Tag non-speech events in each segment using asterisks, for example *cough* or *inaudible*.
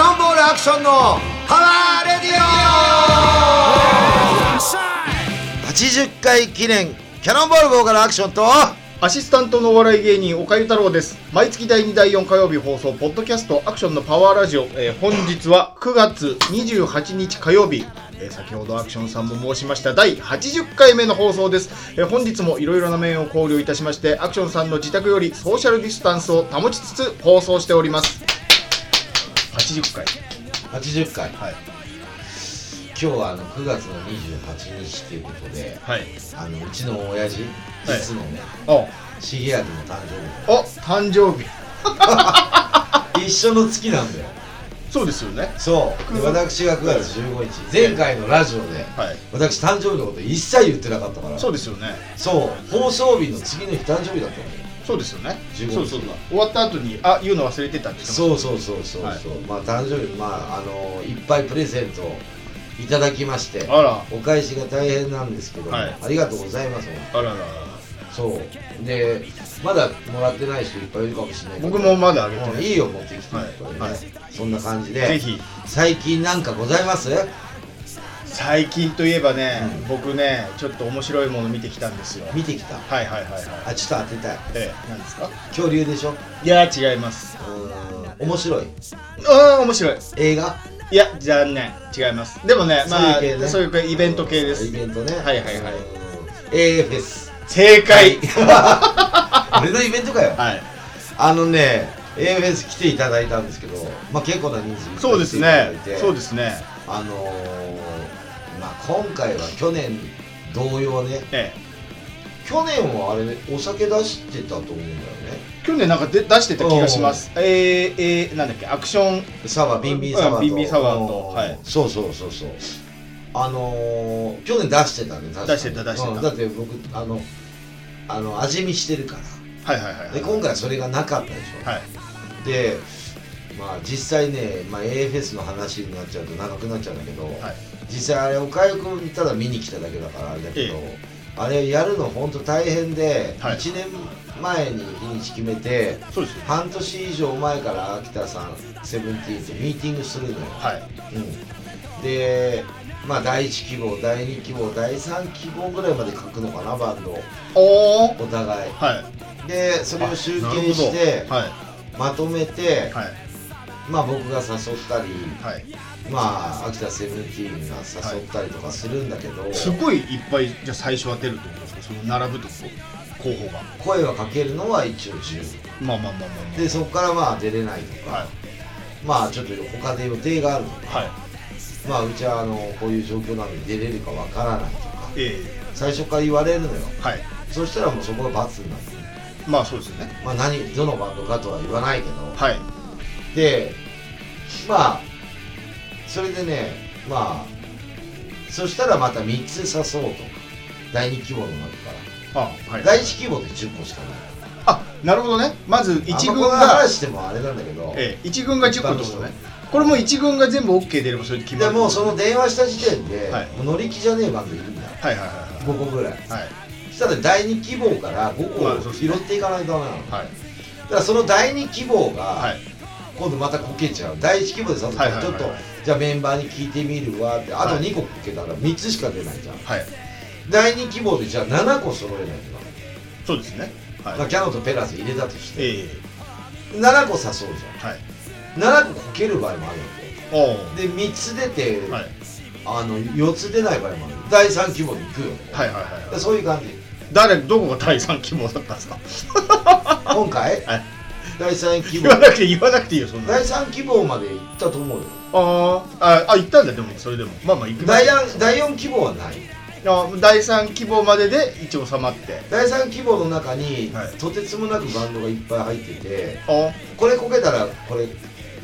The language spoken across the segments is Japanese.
ションのパワーレディオ80回記念キャノンボール号からアクションとアシスタントのお笑い芸人、おかゆ太郎です。毎月第2、第4火曜日放送、ポッドキャスト、アクションのパワーラジオ。えー本日は9月28日火曜日、えー先ほどアクションさんも申しました、第80回目の放送です。えー本日もいろいろな面を考慮いたしまして、アクションさんの自宅よりソーシャルディスタンスを保ちつつ放送しております。80回。 80回はい。今日はあの9月の28日ということではい。あのうちの親父はい実のね、あ、重明の誕お、誕生日。生日一緒の月なんだよそうですよね。そうで私が9月15日前回のラジオではい。私誕生日のこと一切言ってなかったからそうですよね。そう放送日の次の日誕生日だったのよそうですよね。 15日そうそう。終わった後に、あ、言うの忘れてたって言ってましたそうそうそうそうそう、はいまあ誕生日まああのいっぱいプレゼントをいただきましてあら。お返しが大変なんですけど、はいありがとうございますあらららそうでまだもらってない人いっぱいいるかもしれないけど僕もまだあげてもなういいいよ持ってきて、はいこれねはいそんな感じでぜひ最近なんかございます最近といえばね、僕ねちょっと面白いもの見てきたんですよ見てきたはいはいはいはいあちょっと当てたいええ何ですか恐竜でしょういや違いますーん面白いああ面白い映画いや残念違いますでもねまあそういう系ねそういう系イベント系でイすベントねはいはいはいうーん AF です正解はい *laughs* 俺のイベントかよ *laughs* はいあのね AFS 来ていただいたんですけど、まあ、結構な人数そうですねそうですすねあのーまあ、今回は去年同様ねえ去年はあれねお酒出してたと思うんだよねえ去年なんかで出してた気がしますえー、えー、なんだっけアクションサワービンビンサワーと、うんビンビンサワーあのとはいそうそうそうそうあのー去年出してたね確かに出してた出してたうんだって僕あのあの味見してるかはいはいはいらはいで今回はそれがなかったでしょ、はいで、まあ、実際ね、まあ、AFS の話になっちゃうと長くなっちゃうんだけど、はい実際あれおかゆくんただ見に来ただけだからあれだけど、えあれやるの本当大変で、はい1年前に日にち決めてそうですよ半年以上前から秋田さんセブンティーンってミーティングするのよ、はいうん、でまあ第1希望第2希望第3希望ぐらいまで書くのかなバンドをおーお互いはいでそれを集あ計して、なるまとめて、ほどはいまあ僕が誘ったり、はいはいまあ秋田セブンティーンが誘ったりとかするんだけど、すごいいっぱいじゃあ最初当てるってことですかその並ぶとこ候補が声はかけるのは一応自由まあまあまあまあまでそこからまあ出れないとあか、はいまあちょっと他で予定があるのかはいまあうちはあのこういう状況なので出れるかわからないとかえ最初から言われるのよえはいそしたらもうそこが罰になってまあそうですよねまあ何どのバンドかとは言わないけどはいでまあそれでねまあそしたらまた3つ誘おうとか第2希望の中からあはい第1希望って10個しかないあなるほどねまず一あんま軍このが話してもあれなんだけど、ええ一軍が10個ってことねこれもう一軍が全部 OK 出ればそれで決までるもうその電話した時点で、はいもう乗り気じゃねえバンドいるんだよはいはいは5個ぐらいいはいはいそしたら第2希望からま5あそ個うです拾ねっていかないとダメなの、だかはいらその第2希望が、はい今度またこけちゃう第1希望でさ、はいはいはいちょっとじゃあメンバーに聞いてみるわってあと2個こけたら3つしか出ないじゃん、はい第2希望でじゃあ7個揃えないとな、そうですねまはあ、いキャノンとペラーズ入れたとして、ええ7個誘うじはいゃん7個こける場合もあるわおおけで3つ出て、はいあの4つ出ない場合もある第3希望に行くよ、はいはいはいはでいそういう感じ誰どこが第三希望だったんですか今回、はい第3希言望 *laughs* わなくて言わなくていいよそんな第の3希望まで行ったと思うよあーああ行ったんだでもそれでもまあまあ行く第4第4希望はないあ第3希望までで一応収まって第3希望の中に、はいとてつもなくバンドがいっぱい入っててあはいこれこけたらこれ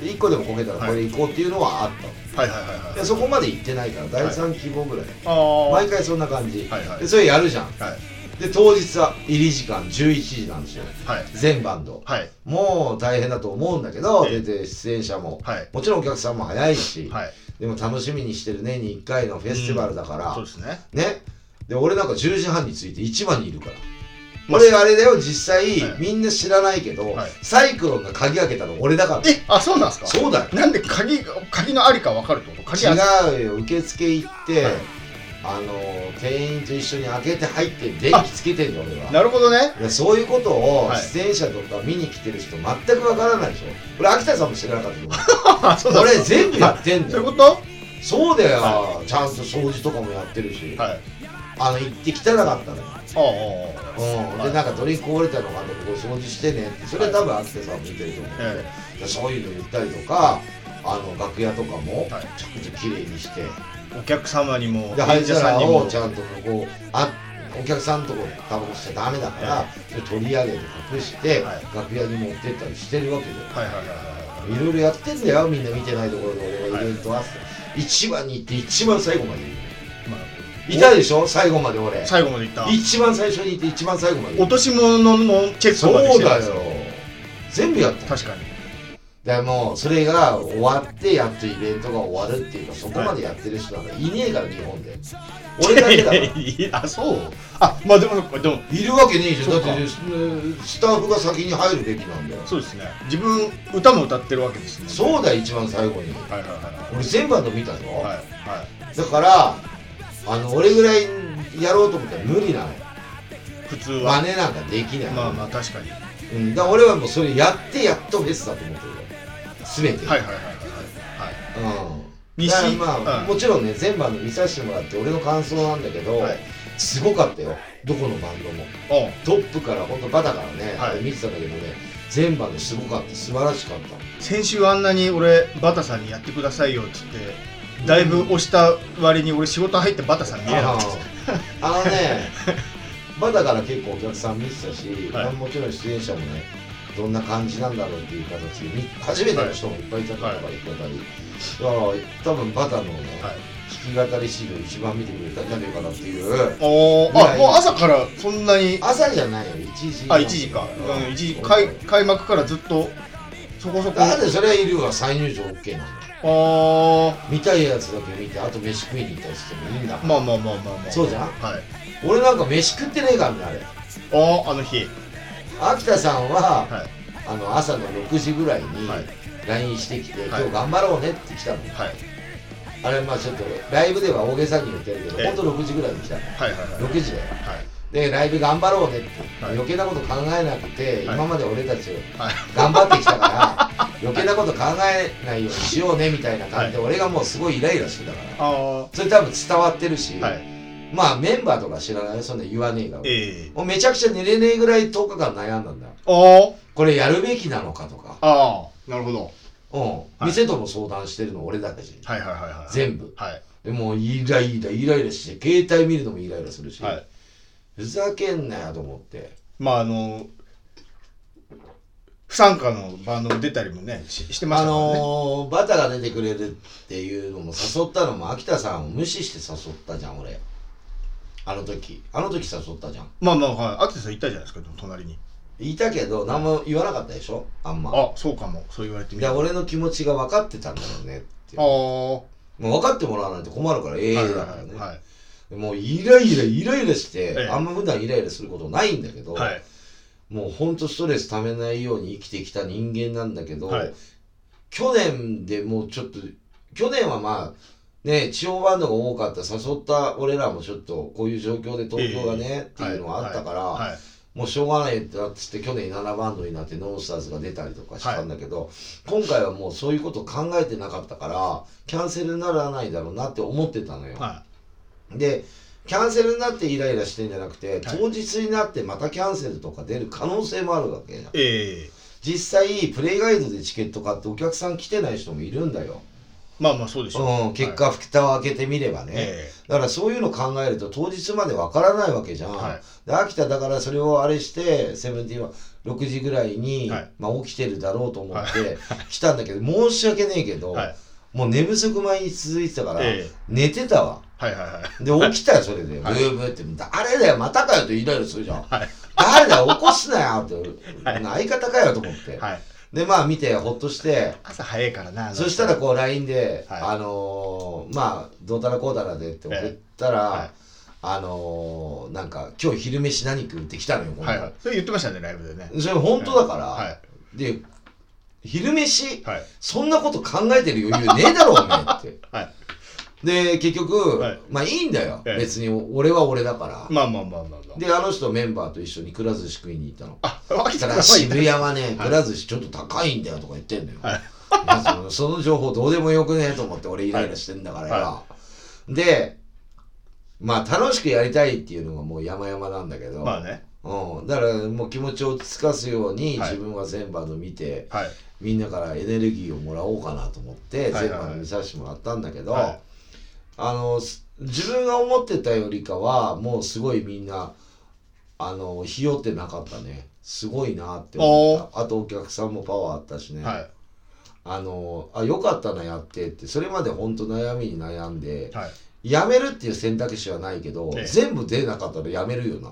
1個でもこけたらこれ行こうっていうのはあった、はいはいはいでそこまで行ってないから第3希望ぐらい、ああはい毎回そんな感じ、はいはいでそれやるじゃんはいで当日は入り時間11時なんですよはい全バンドはいもう大変だと思うんだけどええ出て出演者も、はいもちろんお客さんも早いし、はいでも楽しみにしてる年に1回のフェスティバルだから、そうですねねで俺なんか10時半に着いて1番にいるからまあ俺あれだよ実際、はいみんな知らないけど、はいサイクロンが鍵開けたの俺だからえあそうなんですかそうだよなんで鍵が鍵のありか分かるってこと鍵あり違うよ受付行って、はいあの店員と一緒に開けて入って電気つけてんの俺はなるほどねいやそういうことをはい出演者とか見に来てる人全くわからないでしょ俺秋田さんも知らなかったけどあ *laughs* そうなんで俺すか全部やってんだそういうよことそうだよ、はちゃんと掃除とかもやってるし、はいあの行って汚かったのよああうん、はいでなんかドリンクこぼれたのがあってここ掃除してねってそれは多分秋田さん見てると思うんで、えでそういうの言ったりとかあの楽屋とかもはいちゃんと綺麗にして、あお客様にもで灰演者さ皿んにをもちゃんとここあお客さんのとこタバコしちゃダメだから、はそれ取り上げて隠して、はい楽屋に持ってったりしてるわけではいはいはいはいいろいろやってんだよみんな見てないところで俺がイベントは、一番に行って一番最後までいるまいたでしょ最後まで俺あ最後までいった一番最初に行って一番最後までいる落とし物のチェックそとかでしうてたんだですよ全部やった確かにでもうそれが終わってやっとイベントが終わるっていうかそこまでやってる人なんかいねえから日本で俺だけだから *laughs* あそうあまあでもでもいるわけねえじゃんそだうってかスタッフが先に入るべきなんだよそうですね自分歌も歌ってるわけですねうそうだよ一番最後にはいはいは俺全バンド見たぞ、いはいはいだからあの俺ぐらいやろうと思ったら無理なの普通は真似なんかできないまあまあ確かにはうん、だから俺はもうそれやってやっとフェスだと思ってるよ全て、いはいはいはいはいうん西だからまあ、うんもちろんね全バンド見させてもらって俺の感想なんだけど、はいすごかったよどこのバンドもおうトップからほんとバタからね、はい見てたんだけどね全バンドすごかった素晴らしかった先週あんなに俺バタさんにやってくださいよっつってだいぶ押した割に俺仕事入ってバタさん見えなかったですあのあの *laughs* ねまだから結構お客さん見てたし、はいもちろん出演者もねどんな感じなんだろうっていう形で見初めての人もいっぱいいたとからはい行ってたり、いや多分バタのね、はい弾き語りシーンを一番見てくれたんじゃないかなっていうおーいやあいやもう朝からそんなに朝じゃないよ1時あ1時か、うん、1時開開幕からずっとそこそこなんでそれはいるわ再入場 OK なんだよあ見たいやつだけ見てあと飯食いに行ったりしてもいいんだーまあまあまあまあまあそうじゃんはい俺なんか飯食ってねえからねあれあああの日秋田さんは、はいあの朝の6時ぐらいにはい LINE してきて、はい今日頑張ろうねって来たの、はいあれまあちょっとライブでは大げさに言ってるけどええ本当6時ぐらいに来たのはいはいはい6時だよはいでライブ頑張ろうねって、はい余計なこと考えなくて、はい今まで俺たちはい頑張ってきた *laughs* から余計なこと考えないようにしようねみたいな感じで、俺がもうすごいイライラしてたからあそれ多分伝わってるし、あはいまあメンバーとか知らないよそんな言わねえからええもうめちゃくちゃ寝れねえぐらい10日間悩んだんだよあこれやるべきなのかとかあああなるほどうん、い店とも相談してるの俺だけじゃんはいはいはいはい全部はいでもうイライライライラして携帯見るのもイライラするし、はいふざけんなよと思ってまああの不参加のバンドも出たりもねししてましあたからね、のー、バタが出てくれるっていうのも誘ったのも秋田さんを無視して誘ったじゃん俺あの時あの時誘ったじゃんまあまあはい秋田さんいたじゃないですかでも隣にいたけど何も言わなかったでしょあんまあそうかもそう言われていみれやば俺の気持ちが分かってたんだろうねってああはもう分かってもらわないと困るからええいはいだからね、はいもうイライライライラして、ええあんま普段イライラすることないんだけど、はいもうほんとストレスためないように生きてきた人間なんだけど、はい去年でもうちょっと去年はまあね地方バンドが多かった誘った俺らもちょっとこういう状況で東京がね、っていうのがあったから、はいはいもうしょうがないってなっつって去年7バンドになってノンスターズが出たりとかしたんだけど、今回はもうそういうこと考えてなかったからキャンセルにならないだろうなって思ってたのよ。はでキャンセルになってイライラしてんじゃなくて、はい当日になってまたキャンセルとか出る可能性もあるわけじゃんいええ実際プレイガイドでチケット買ってお客さん来てない人もいるんだよ、まあまあそうでしょう、うん、結果蓋を開けてみればね、えだからそういうの考えると当日までわからないわけじゃん、はいで秋田だからそれをあれしてセブンティーンは6時ぐらいに、はいまあ、起きてるだろうと思って来たんだけど申し訳ねえけど、はいもう寝不足毎日続いてたから、ええ寝てたわはいはいはいで起きたよそれで、はいブーブーって誰だよまたかよってイライラするじゃん、はい誰だよ起こすなよって、相方かよと思って、はいでまあ見てほっとして朝早いからなあのそしたらこう LINE で、はいあのーまあどうたらこうたらでって送ったら、はいあのーなんか今日昼飯何食うって来たのよ、このはいはい。それ言ってましたね、ライブでね。それ本当だから、はで昼飯い。はい。そんなこと考えてる余裕ねえだろうねって、はいで結局、はいまあいいんだよ、ええ別に俺は俺だから、まあまあまあまあまあ。であの人メンバーと一緒にくら寿司食いに行った *laughs* のあ、秋ただか田からら渋谷はね、はいくら寿司ちょっと高いんだよとか言ってんのよ、はいまあそのその情報どうでもよくねえと思って俺イライラしてんだからよ、はでまあ楽しくやりたいっていうのがもう山々なんだけど、まあね。うん、だからもう気持ちを落ち着かすように、はい自分は全部あの見てはい。みんなからエネルギーをもらおうかなと思っては全いはい部あの見させてもらったんだけど、はいあのす自分が思ってたよりかはもうすごいみんなあのひよってなかったねすごいなって思ったあとお客さんもパワーあったしね、はあのあよかったなやってってそれまで本当悩みに悩んでい。はい。やめるっていう選択肢はないけど、ええ全部出なかったらやめるよな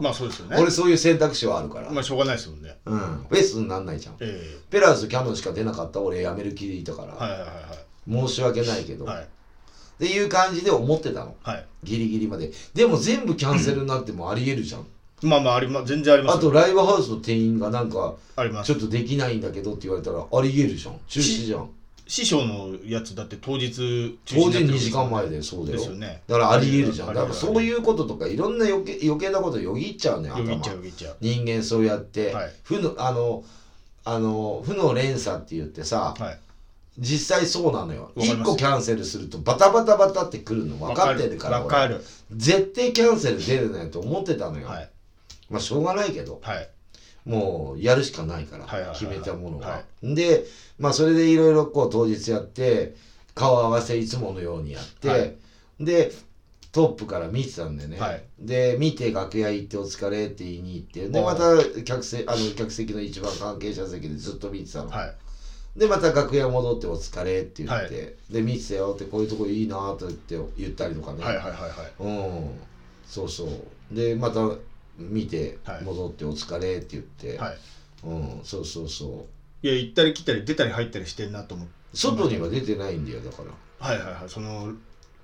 まあそうですよ *laughs* ね。俺そういう選択肢はあるから、まあしょうがないですもんね。うん、ベースになんないじゃんええ。ペラーズキャノンしか出なかった俺やめる気でいたから、はいはいは申し訳ないけど、いはい。はい。っていう感じで思ってたのはい。ギリギリまででも全部キャンセルになってもありえるじゃん、まあまああります。全然あります。あとライブハウスの店員がなんかありますちょ。っとできないんだけどって言われたらありえるじゃん中止じゃん師匠のやつだって当日中止当になって然る2時間前でそうだよですよねだからありえるじゃんありだえるからそういうこととかいろんな余計余計なことよぎっちゃうねよぎっ頭ちゃうよぎっちゃう人間そうやって、はい負のあのあの負の連鎖って言ってさ、はい実際そうなのよわかります1個キャンセルするとバタバタバタってくるの分かってるから分か俺る絶対キャンセル出るなよと思ってたのよ、はいまあしょうがないけどはいもうやるしかないから、はいはいはいはい決めたものは、はでまあそれでいろいろこう当日やって顔合わせいつものようにやって、はいでトップから見てたんでね、はいで見て楽屋行ってお疲れって言いに行ってでおうまた客席あの客席の一番関係者席でずっと見てたの、はいでまた楽屋戻ってお疲れって言って、で見てたよってこういうとこいいなーと言って言ったりとかね、はいはいはいはいうんそうそうでまた見てはい戻ってお疲れって言って、はいうんそうそうそういや行ったり来たり出たり入ったりしてんなと思って外には出てないんだよだからはいはいはいその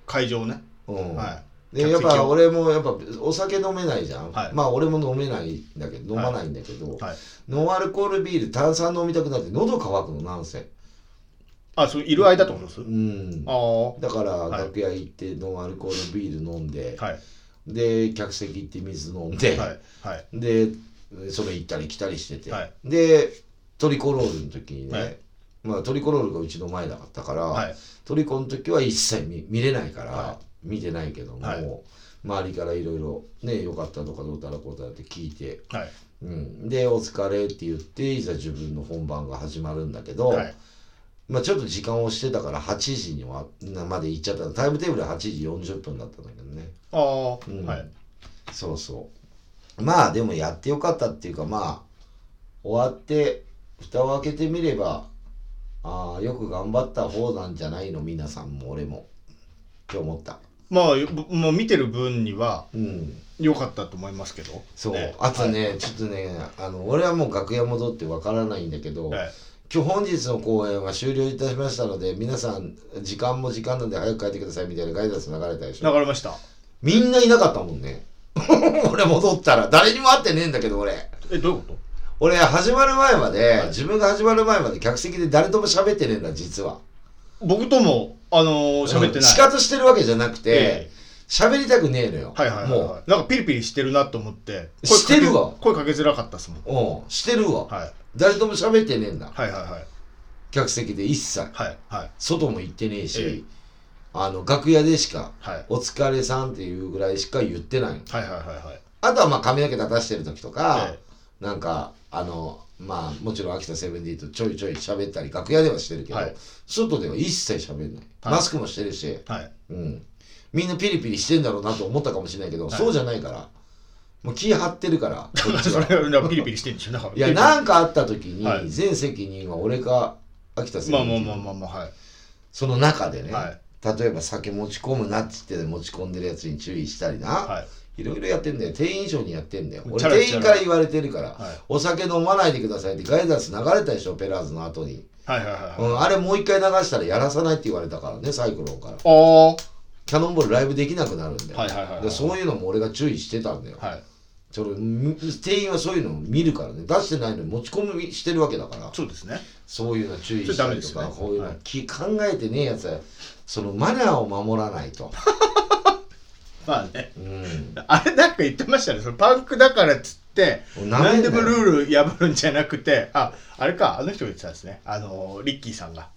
会場ねうん、はでやっ客席ぱを俺もやっぱお酒飲めないじゃん、はいまあ俺も飲めないんだけど飲まないんだけど、いはいノンアルコールビール炭酸飲みたくなって喉乾くのなんせあそういる間ってことですうんああはだからはい楽屋行ってノンアルコールビール飲んでい、はいで客席行って水飲んで、はいはいでそれ行ったり来たりしてて、はいでトリコロールの時にね、はいまあ、トリコロールがうちの前だったから、はいトリコの時は一切見見れないから、は見てないけども、はい周りからいろいろねよかったとかどうたらこうたらって聞いて、はいうん、でお疲れって言っていざ自分の本番が始まるんだけど、はいまあ、ちょっと時間をしてたから8時にはまで行っちゃったのタイムテーブルは8時40分だったんだけどね。ああうんはいそうそうまあでもやってよかったっていうかまあ終わって蓋を開けてみればああよく頑張った方なんじゃないの皆さんも俺もって思ったまあよもう見てる分にはうん良かったと思いますけどそう、ねあとね、ちょっとねあの俺はもう楽屋戻ってわからないんだけど、はい今日本日の公演は終了いたしましたので皆さん時間も時間なんで早く帰ってくださいみたいなガイダンス流れたでし流ょれましたみんないなかったもんね *laughs* 俺戻ったら誰にも会ってねえんだけど俺えどういうこと俺始まる前まで、はい自分が始まる前まで客席で誰とも喋ってねえんだ実は僕ともあのー喋ってうんない仕方してるわけじゃなくてええ喋、りたくねえのよ、はいはいはいもはいなんかピリピリしてるなと思って声してるわかけ声かけづらかったっすもんううんしてるわ、はい誰とも喋ってねえんだはいはいはい客席で一切はいはい外も行ってねえし、ええあの楽屋でしかは「いお疲れさん」っていうぐらいしか言ってないのはいはいはいはいあとはまあ髪の毛立たしてる時とか、えなんかあのまあもちろん秋田セブンディとちょいちょい喋ったり楽屋ではしてるけど、はい外では一切喋んない、はいマスクもしてるし、えはいうん、みんなピリピリしてんだろうなと思ったかもしれないけど、はいそうじゃないからもう気張ってる *laughs* からこっちそはれはピリピリしてんでしょだからいやななんかあった時に、はい全責任は俺か秋田まあ先まあ生、まあまあまあはいその中でね、はい例えば酒持ち込むなっつって持ち込んでるやつに注意したりな、はいい、ろいろやってんだよ店員以上にやってんだよチャ俺ラ店員から言われてるから、はいお酒飲まないでくださいってガイダンス流れたでしょペラーズの後に、はいはいはいはいうん、あれもう一回流したらやらさないって言われたからねサイクロンからあキャノンボールライブできなくなるんだよ、はいはいはいはいでそういうのも俺が注意してたんだよ、はいそれむ店員はそういうのを見るからね出してないのに持ち込みしてるわけだからそうですねそういうの注意したりとそれか、ダメですよねこういうの、はいき考えてねえやつはそのマナーを守らないと、まあねうん、あれなんか言ってましたねそのパンクだからっつってなめん何なよでもルール破るんじゃなくてああれかあの人が言ってたんですねあのリッキーさんが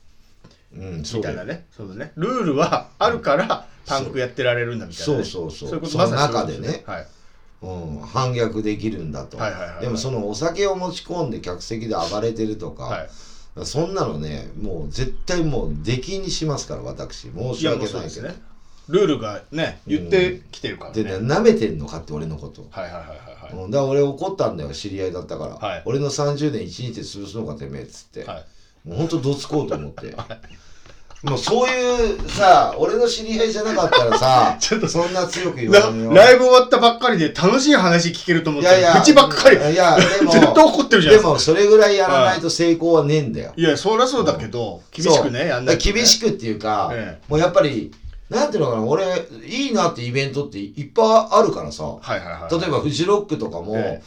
うん、そみうただいよなねそうだねルールはあるからパンクやってられるんだみたいなね、そうそうそういうことそのまさにそうい中うこでとねうん、反逆できるんだと、はいはいはいはいでもそのお酒を持ち込んで客席で暴れてるとか、はい、はい、そんなのねもう絶対もう出禁にしますから私申いしやも訳うそうないでけすどねルールがね言ってきてるからね、でね舐めてんのかって俺のこと、はいはいはいはうん、だから俺怒ったんだよ知り合いだったから、はい俺の30年1日で潰すのかてめえっつって、いはいもうほんとどつこうと思 *laughs* って。もうそういうさ、俺の知り合いじゃなかったらさ、 *laughs* ちょっとそんな強く言わないなよ。ライブ終わったばっかりで楽しい話聞けると思っいたらやいや、口ばっかりいや、でも、ずっと怒ってるじゃでないですかもそれぐらいやらないと成功はねえんだよ。いやそりゃそうだけど厳しくねやんだないから厳しくくっていうか、えもうやっぱり、なんていうのかな、俺、いいなってイベントっていっぱいあるからさ、はいはいはい例えばフジロックとかも、え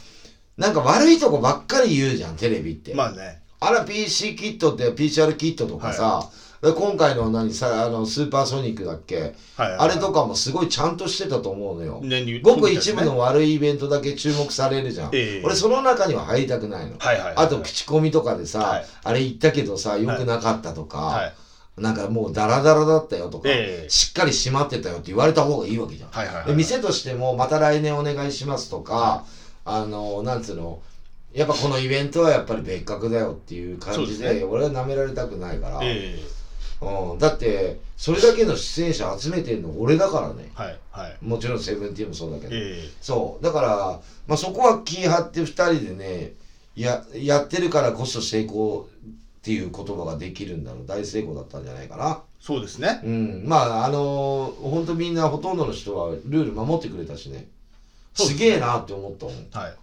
なんか悪いとこばっかり言うじゃん、テレビって。まあねあら PC キットって PCR キットとかさ、で今回の何さあのスーパーソニックだっけはいあれとかもすごいちゃんとしてたと思うのよ、ねにごく一部の悪いイベントだけ注目されるじゃん、ええ俺その中には入りたくないの、はいはいはいあと口コミとかでさ、はいあれ言ったけどさ良くなかったとか、はいなんかもうダラダラだったよとか、ええしっかり閉まってたよって言われた方がいいわけじゃん、はいはいはいで店としてもまた来年お願いしますとか、あのなんつうのやっぱこのイベントはやっぱり別格だよっていう感じそうでですね俺は舐められたくないから、ええうん、だってそれだけの出演者集めてんの俺だからねはいはいもちろんセブンティーンもそうだけど、えそうだから、まあ、そこは気張って2人でねややってるからこそ成功っていう言葉ができるんだろう大成功だったんじゃないかなえそうですねうんまああのー、本当みんなほとんどの人はルール守ってくれたしねそうですすねげえなって思ったもんはい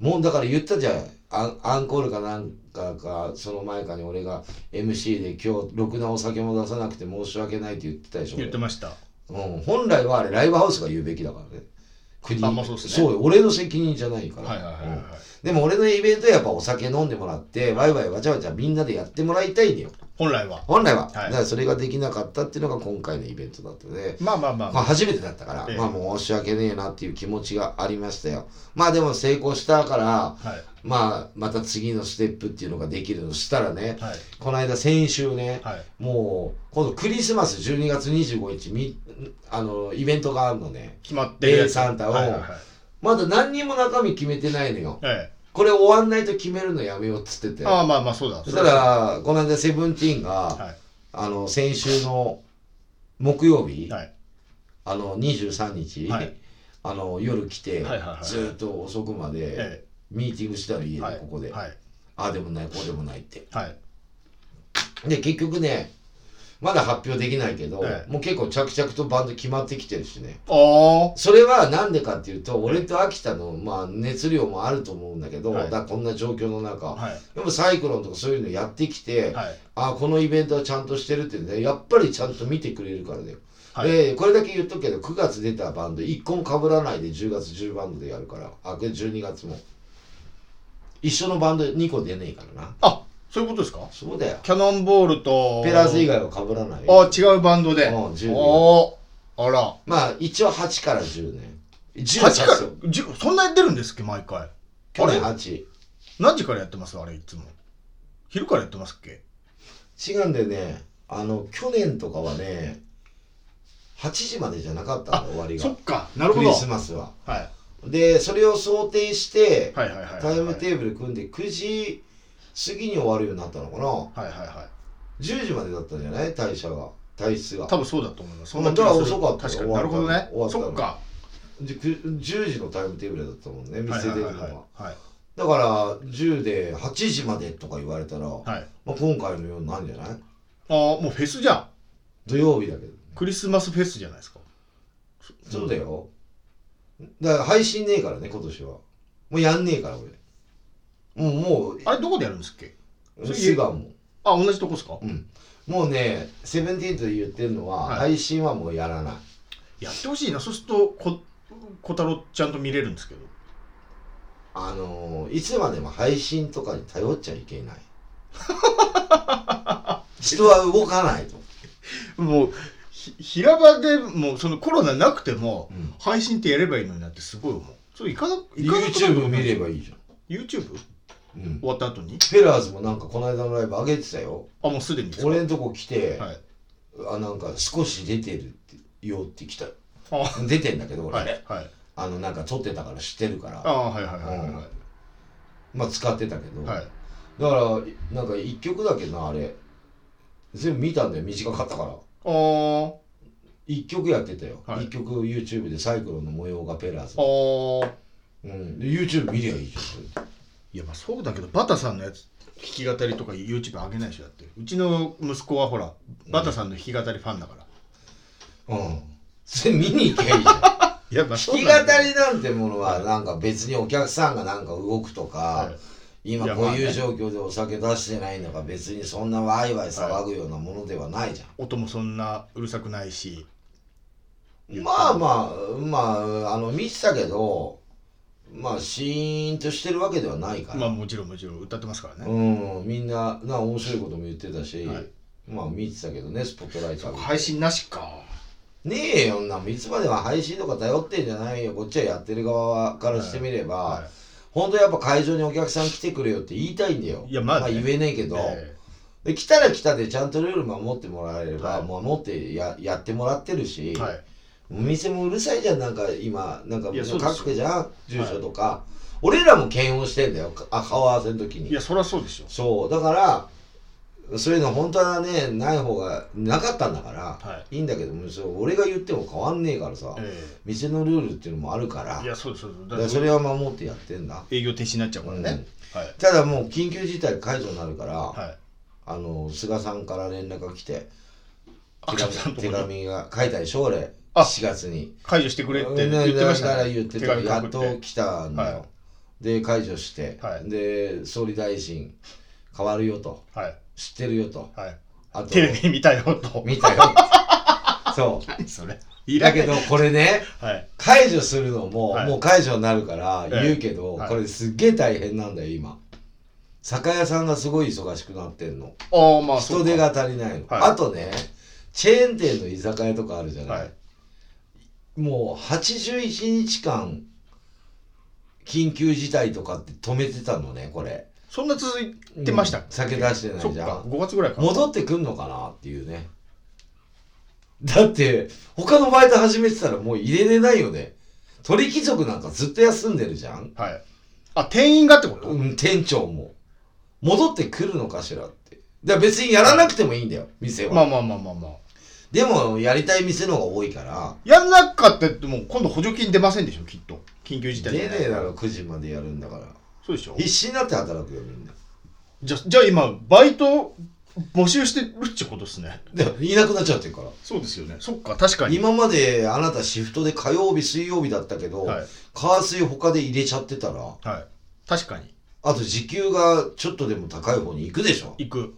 もうだから言ったじゃんアンアンコールかなんかかその前かに俺が MC で今日ろくなお酒も出さなくて申し訳ないって言ってたでしょ言ってましたうん、本来はあれライブハウスが言うべきだからね国あまあそうですねよ俺の責任じゃないかはいら、はいはいはいうんでも俺のイベントはやっぱお酒飲んでもらってワイワイわちゃわちゃみんなでやってもらいたいんだよ本来は本来は、はいだからそれができなかったっていうのが今回のイベントだったねまあまあまあまあ初めてだったから、ええまあ申し訳ねえなっていう気持ちがありましたよまあでも成功したからはいまあまた次のステップっていうのができるのしたらねはいこの間先週ね、はいもう今度クリスマス12月25日みあのイベントがあるのね決まってるやデイつサンタをはいはいはいまだ何にも中身決めてないのよえこれ終わんないと決めるのやめようっつっててえああまあまあそうだそしたらこの間セブンティーンが、はあの先週の木曜日、いはいあの23日、はいあの夜来て、はいはいはいはいずーっと遅くまで、えミーティングしたら家えで、はいここで、はいああでもないこうでもないってはいで結局ねまだ発表できないけど、ええもう結構着々とバンド決まってきてるしねああそれはなんでかっていうと俺と秋田の、まあ、熱量もあると思うんだけど、はいだこんな状況の中、はでもサイクロンとかそういうのやってきて、いはいあこのイベントはちゃんとしてるってねやっぱりちゃんと見てくれるからだよ、はいでこれだけ言っとくけど9月出たバンド1個も被らないで10月10バンドでやるからあこれ12月も一緒のバンド2個出ねえからなあそういうことですかそうだよキャノンボールとペラーズ以外は被らないよあ違うバンドでうん10おーあらまあ一応8から10年10 8はかさらすよ10そんなに出るんですっけ毎回去あ年れ8何時からやってますあれいつも昼からやってますっけ違うんだよねあの去年とかはね8時までじゃなかったんだ終わりそがっかなるほクどリはスいマスははいでそれを想定して、はいはいはいタイムテーブル組んで9時過ぎに終わるようになったのかなはいはいはい10時までだったんじゃない退社が退出が多分そうだと思いますうそんんな気がすだるから遅かったよ確かになるほどね終わったのそっかでく10時のタイムテーブルだったもんねはい店は出るいはのいは,、はいはいだから10で8時までとか言われたら、はいまあ、今回のようになんじゃないあーもうフェスじゃん土曜日だけどクリスマスフェスじゃないですかそうだよだから配信ねえからね今年はもうやんねえから俺もうもうあれどこでやるんですっけそれ菅もあ同じとこですかうんもうねセブンティーンと言ってるのは、はい配信はもうやらないやってほしいなそうするとこ小太郎ちゃんと見れるんですけどあのーいつまでも配信とかに頼っちゃいけない人は動かないと、もうひ平場でもうそのコロナなくてもうん、配信ってやればいいのになってすごい思うそれいかな行かなくなる YouTube 見ればいいじゃ YouTube ん、うん、終わった後にフェラーズもなんかこの間のライブ上げてたよあもうすでにですか俺んとこ来て、はいあなんか少し出てるってよって来たあ出てんだけど俺、はいはいあのなんか撮ってたから知ってるからああはいはいはいはいはまあ使ってたけど、いはいだからなんか1曲だけなあれ全部見たんだよ短かったからあー1曲やってたよ、はい1曲 YouTube でサイクロンの模様がペラーズあ、ーうん、で YouTube 見りゃいいじゃんいやまあそうだけどバタさんのやつ弾き語りとか YouTube 上げないでしょだってうちの息子はほらバタさんの弾き語りファンだから、うんそれ見に行けばいいじゃん弾い *laughs* やまあき語りなんてものはなんか別にお客さんがなんか動くとか、はいい今やこういまあうね状況でお酒出してないのが別にそんなワイワイ騒ぐようなものではないじゃん、音もそんなうるさくないしまあまあまああの見てたけどまあシーンとしてるわけではないから、まあもちろんもちろん歌ってますからね、うんみんなな面白いことも言ってたし、はいまあ見てたけどねスポットライト浴びて配信なしかねえよんなんもいつまでも配信とか頼ってんじゃないよこっちはやってる側からしてみれば、は本当やっぱ会場にお客さん来てくれよって言いたいんだよいやまあね言えねえけいど、えで来たら来たでちゃんとルール守ってもらえれば、はい守ってややってもらってるし、えはいお店もうるさいじゃんなんか今なんかいやそうですよ各家じゃん住所とか、俺らも検温してんだよかあ顔合わせの時いにやそりゃそうでしょそうだからそういうの本当はねない方がなかったんだから、、はいいんだけどもそれ俺が言っても変わんねえからさ、え店のルールっていうのもあるからえいやそうですそうですだかだかららそれは守ってやってんだ営業停止になっちゃうからね、はいただもう緊急事態解除になるから、はいあの菅さんから連絡が来てア手クションさ紙んのと手こに紙が書いたでしょ俺あ4月に解除してくれってうん言ってましだかたらね言って手た紙や書っくってと来たんだよ、はで解除して、はいで総理大臣変わるよとはい知ってるよとはいあとテレビ見たよ *laughs* と見 *laughs* たよそ何それういらだねけえどこれねはい解除するのも、はいもう解除になるからええ言うけど、はいこれすっげえ大変なんだよ今酒屋さんがすごい忙しくなってんのああまあそう人か手が足りないの、はいあとねチェーン店の居酒屋とかあるじゃない、はいもう81日間緊急事態とかって止めてたのねこれそんな続いてましたうん酒出してなそいっじかゃん5月ぐらいか戻ってくんのかなっていうねだって他のバイト始めてたらもう入れれないよね鳥貴族なんかずっと休んでるじゃん、はいあ店員がってこと、うん、店長も戻ってくるのかしらってだから別にやらなくてもいいんだよ店は、まあまあまあまあまあでもやりたい店の方が多いからやんなかったってもう今度補助金出ませんでしょきっと緊急事出態ねえだろ9時までやるんだからそうでしょ必死になって働くよみんなじゃじゃあ今バイト募集してるってことですねでいなくなっちゃってるからそうですよねそっか確かに今まであなたシフトで火曜日水曜日だったけど、はい火水他で入れちゃってたらはい確かにあと時給がちょっとでも高い方に行くでしょ行く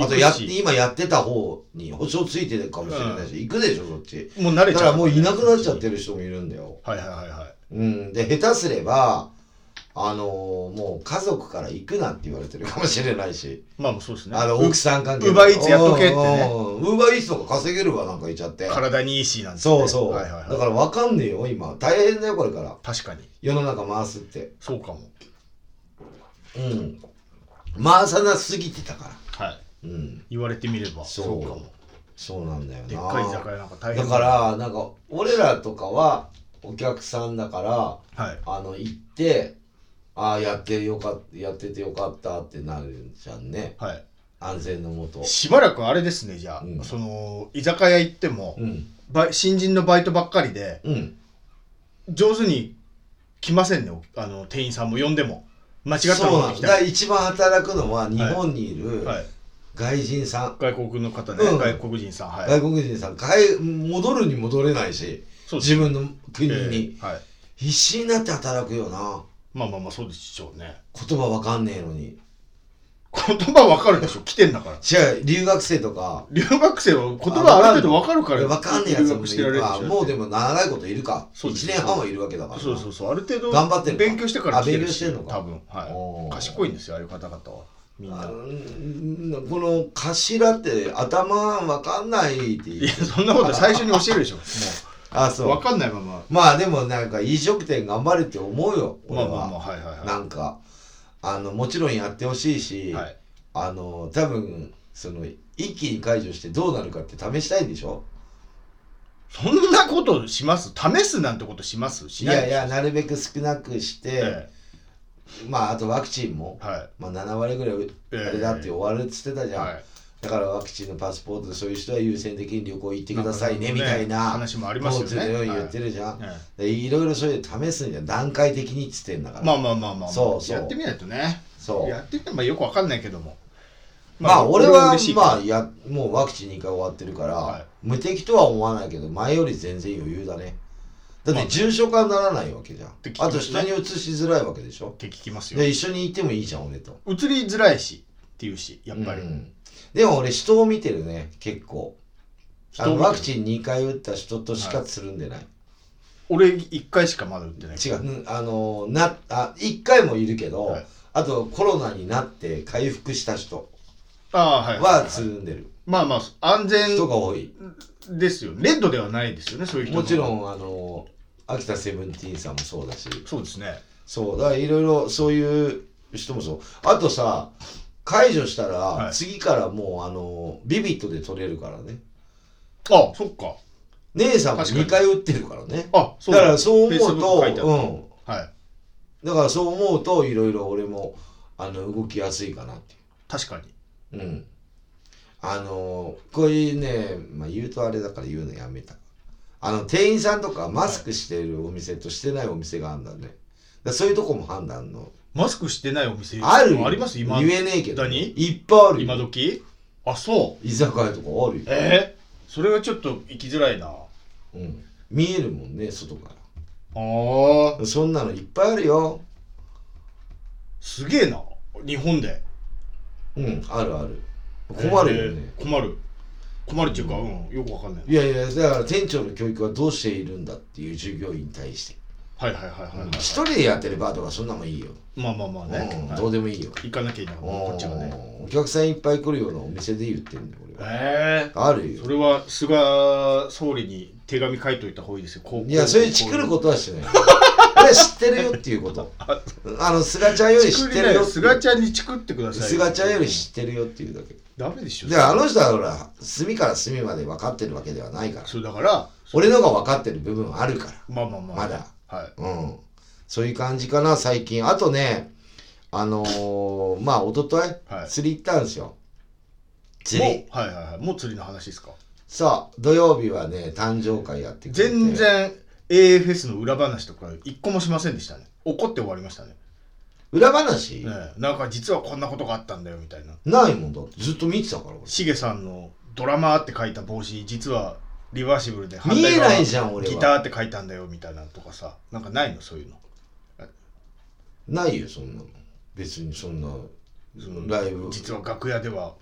あとやっ行くし今やってた方に保証ついてるかもしれないし、行くでしょそっちもう慣だれちゃかうらもういなくなっちゃってるる人もいるんだよはいはいはいはいうんで下手すればあのーもう家族から行くなって言われてるかもしれないしまあもうそうですねあのう奥さん関係ウーバーイーツやっとけってウねーバーイーツとか稼げるわなんかいちゃって体にいいしなんてそうそう、はいはいはい、だからわかんねえよ今大変だよこれから確かに世の中回すってそうかもうん回さなすぎてたからはいうん言われてみればそそううかもそうなんだよなでっかい居酒屋なんか大変だからなんか俺らとかはお客さんだからはいあの行ってああやってよかったやっててよかったってなるじゃんねはい安全のもとしばらくあれですねじゃあ、うんその居酒屋行っても、うんば新人のバイトばっかりでうん上手に来ませんねおあの店員さんも呼んでも間違ったそうものながん来だだからたり一番働くのは日本にいるはい、外人さん、外国の方ね、うん外国人さんはい外国人さん帰戻るに戻れないしそうです自分の国に、えーはい必死になって働くよなまあまあまあそうでしょうね言葉わかんねえのにこ言葉わかるでしょ来てん *laughs* だから違う留学生とか留学生は言葉ある程度わかるから分かんねえや留つも学いしてられるるでかしょもうでも長いこといるかそう1です年半はいるわけだからそうそうそうある程度頑張ってるのか勉強してから来るあ勉強してんのか多分はおいー賢いんですよああいう方々はみんあなのんこの頭って頭わかんないってい言やうそんなこと最初に教えるでしょもあうそわうかんないまままあでもなんか飲食店頑張れって思うよ俺まあまあまあははいはいなはんかあのもちろんやってほしいいし、はいあの多分その一気に解除してどうなるかって試したいんでしょそんなことします試すなんてことしますしいないやいやなるべく少なくして、えまああとワクチンもえ、はいまあ、7割ぐらいええあれだって終わるっつってたじゃん、はいだからワクチンのパスポートでそういう人は優先的に旅行行ってくださいねみたいな話もありまポすーよズねのようには言いってるじゃん、ええでいろいろそれで試すんじゃん段階的にっつってんだから、まあまあまあまあまあそうそうやってみないとねそうやってみてもよくわかんないけどもまあ俺は嬉しいけどまあやもうワクチン2回終わってるから、はい無敵とは思わないけど前より全然余裕だねだっまあて重症化にならないわけじゃん、て聞きあますねと人にうつしづらいわけでしょって聞きますよで一緒に行ってもいいじゃん俺と移りづらいしっていうしやっぱり、うんでも俺人を見てるね結構あ人のを見てるワクチン2回打った人としかつるんでない、俺一回しかまだ打ってない違ううんあのなあ1回もいるけど、はいあとコロナになって回復した人ああはいはいははいつるんでるまあまあ安人全が多いですよレッドではないですよねそういう人もちろんんあの秋田セブンティーンさんもそうだしそうですねそうだからいろいろそういう人もそうあとさ解除したら、はい次からもうあのビビットで取れるからねあそっか姉さんも確かに2回打ってるからねあそうだからそう思 Facebook 書いうてあと、るうん、はいだからそう思うといろいろ俺もあの動きやすいかなって確かにいううんあのこういうね、まあ、言うとあれだから言うのやめたあの店員さんとかマスクしてるお店としてないお店があるんだねだからそういうとこも判断のマスクしてないお店あるよあります今言えねえけど何いっぱいある今よ時あそう居酒屋とかあるよ、ええそれはちょっと行きづらいなあうん、見えるもんね外かあらそんなのいっぱいあるよすげえな日本でうんあるある困るよね、えー困る困るっていうか、うんよくわかんないいやいやだから店長の教育はどうしているんだっていう従業員に対してはいはいはいはい、はい一人でやってるバーとかそんなもんいいよ、まあまあまあね、うんはいどうでもいいよ、行かなきゃいけないこっちはねうんお客さんいっぱい来るようなお店で言ってんだよ俺はえあるえよそれは菅総理に手紙書いといた方がいいですよこういやそれチクることはしてない俺は知ってるよっていうことあ *laughs* の菅ちゃんより知チっクてりるなよよって菅ちゃんにチクってください菅ちゃんより知ってるよっていうだけダメでしょであの人はほら隅から隅まで分かってるわけではないからそうだから俺のが分かってる部分はあるからまあまあまあまだはいうん、そういう感じかな最近あとねあのーまあ一昨日、はい釣り行ったんですよ釣りもうはいはいはいもう釣りの話ですかさあ土曜日はね誕生会やってくれて全然 AFS の裏話とか一個もしませんでしたね怒って終わりましたね裏話、ねえなんか実はこんなことがあったんだよみたいなないもんだってずっと見てたから俺しげさんの「ドラマー」って書いた帽子実はリバーシブルで見えないじゃゃん俺ギタはーって書いたんだよみたいなのとかさなんかないのそういうのないよそんなの別にそんなそのライブ実は楽屋では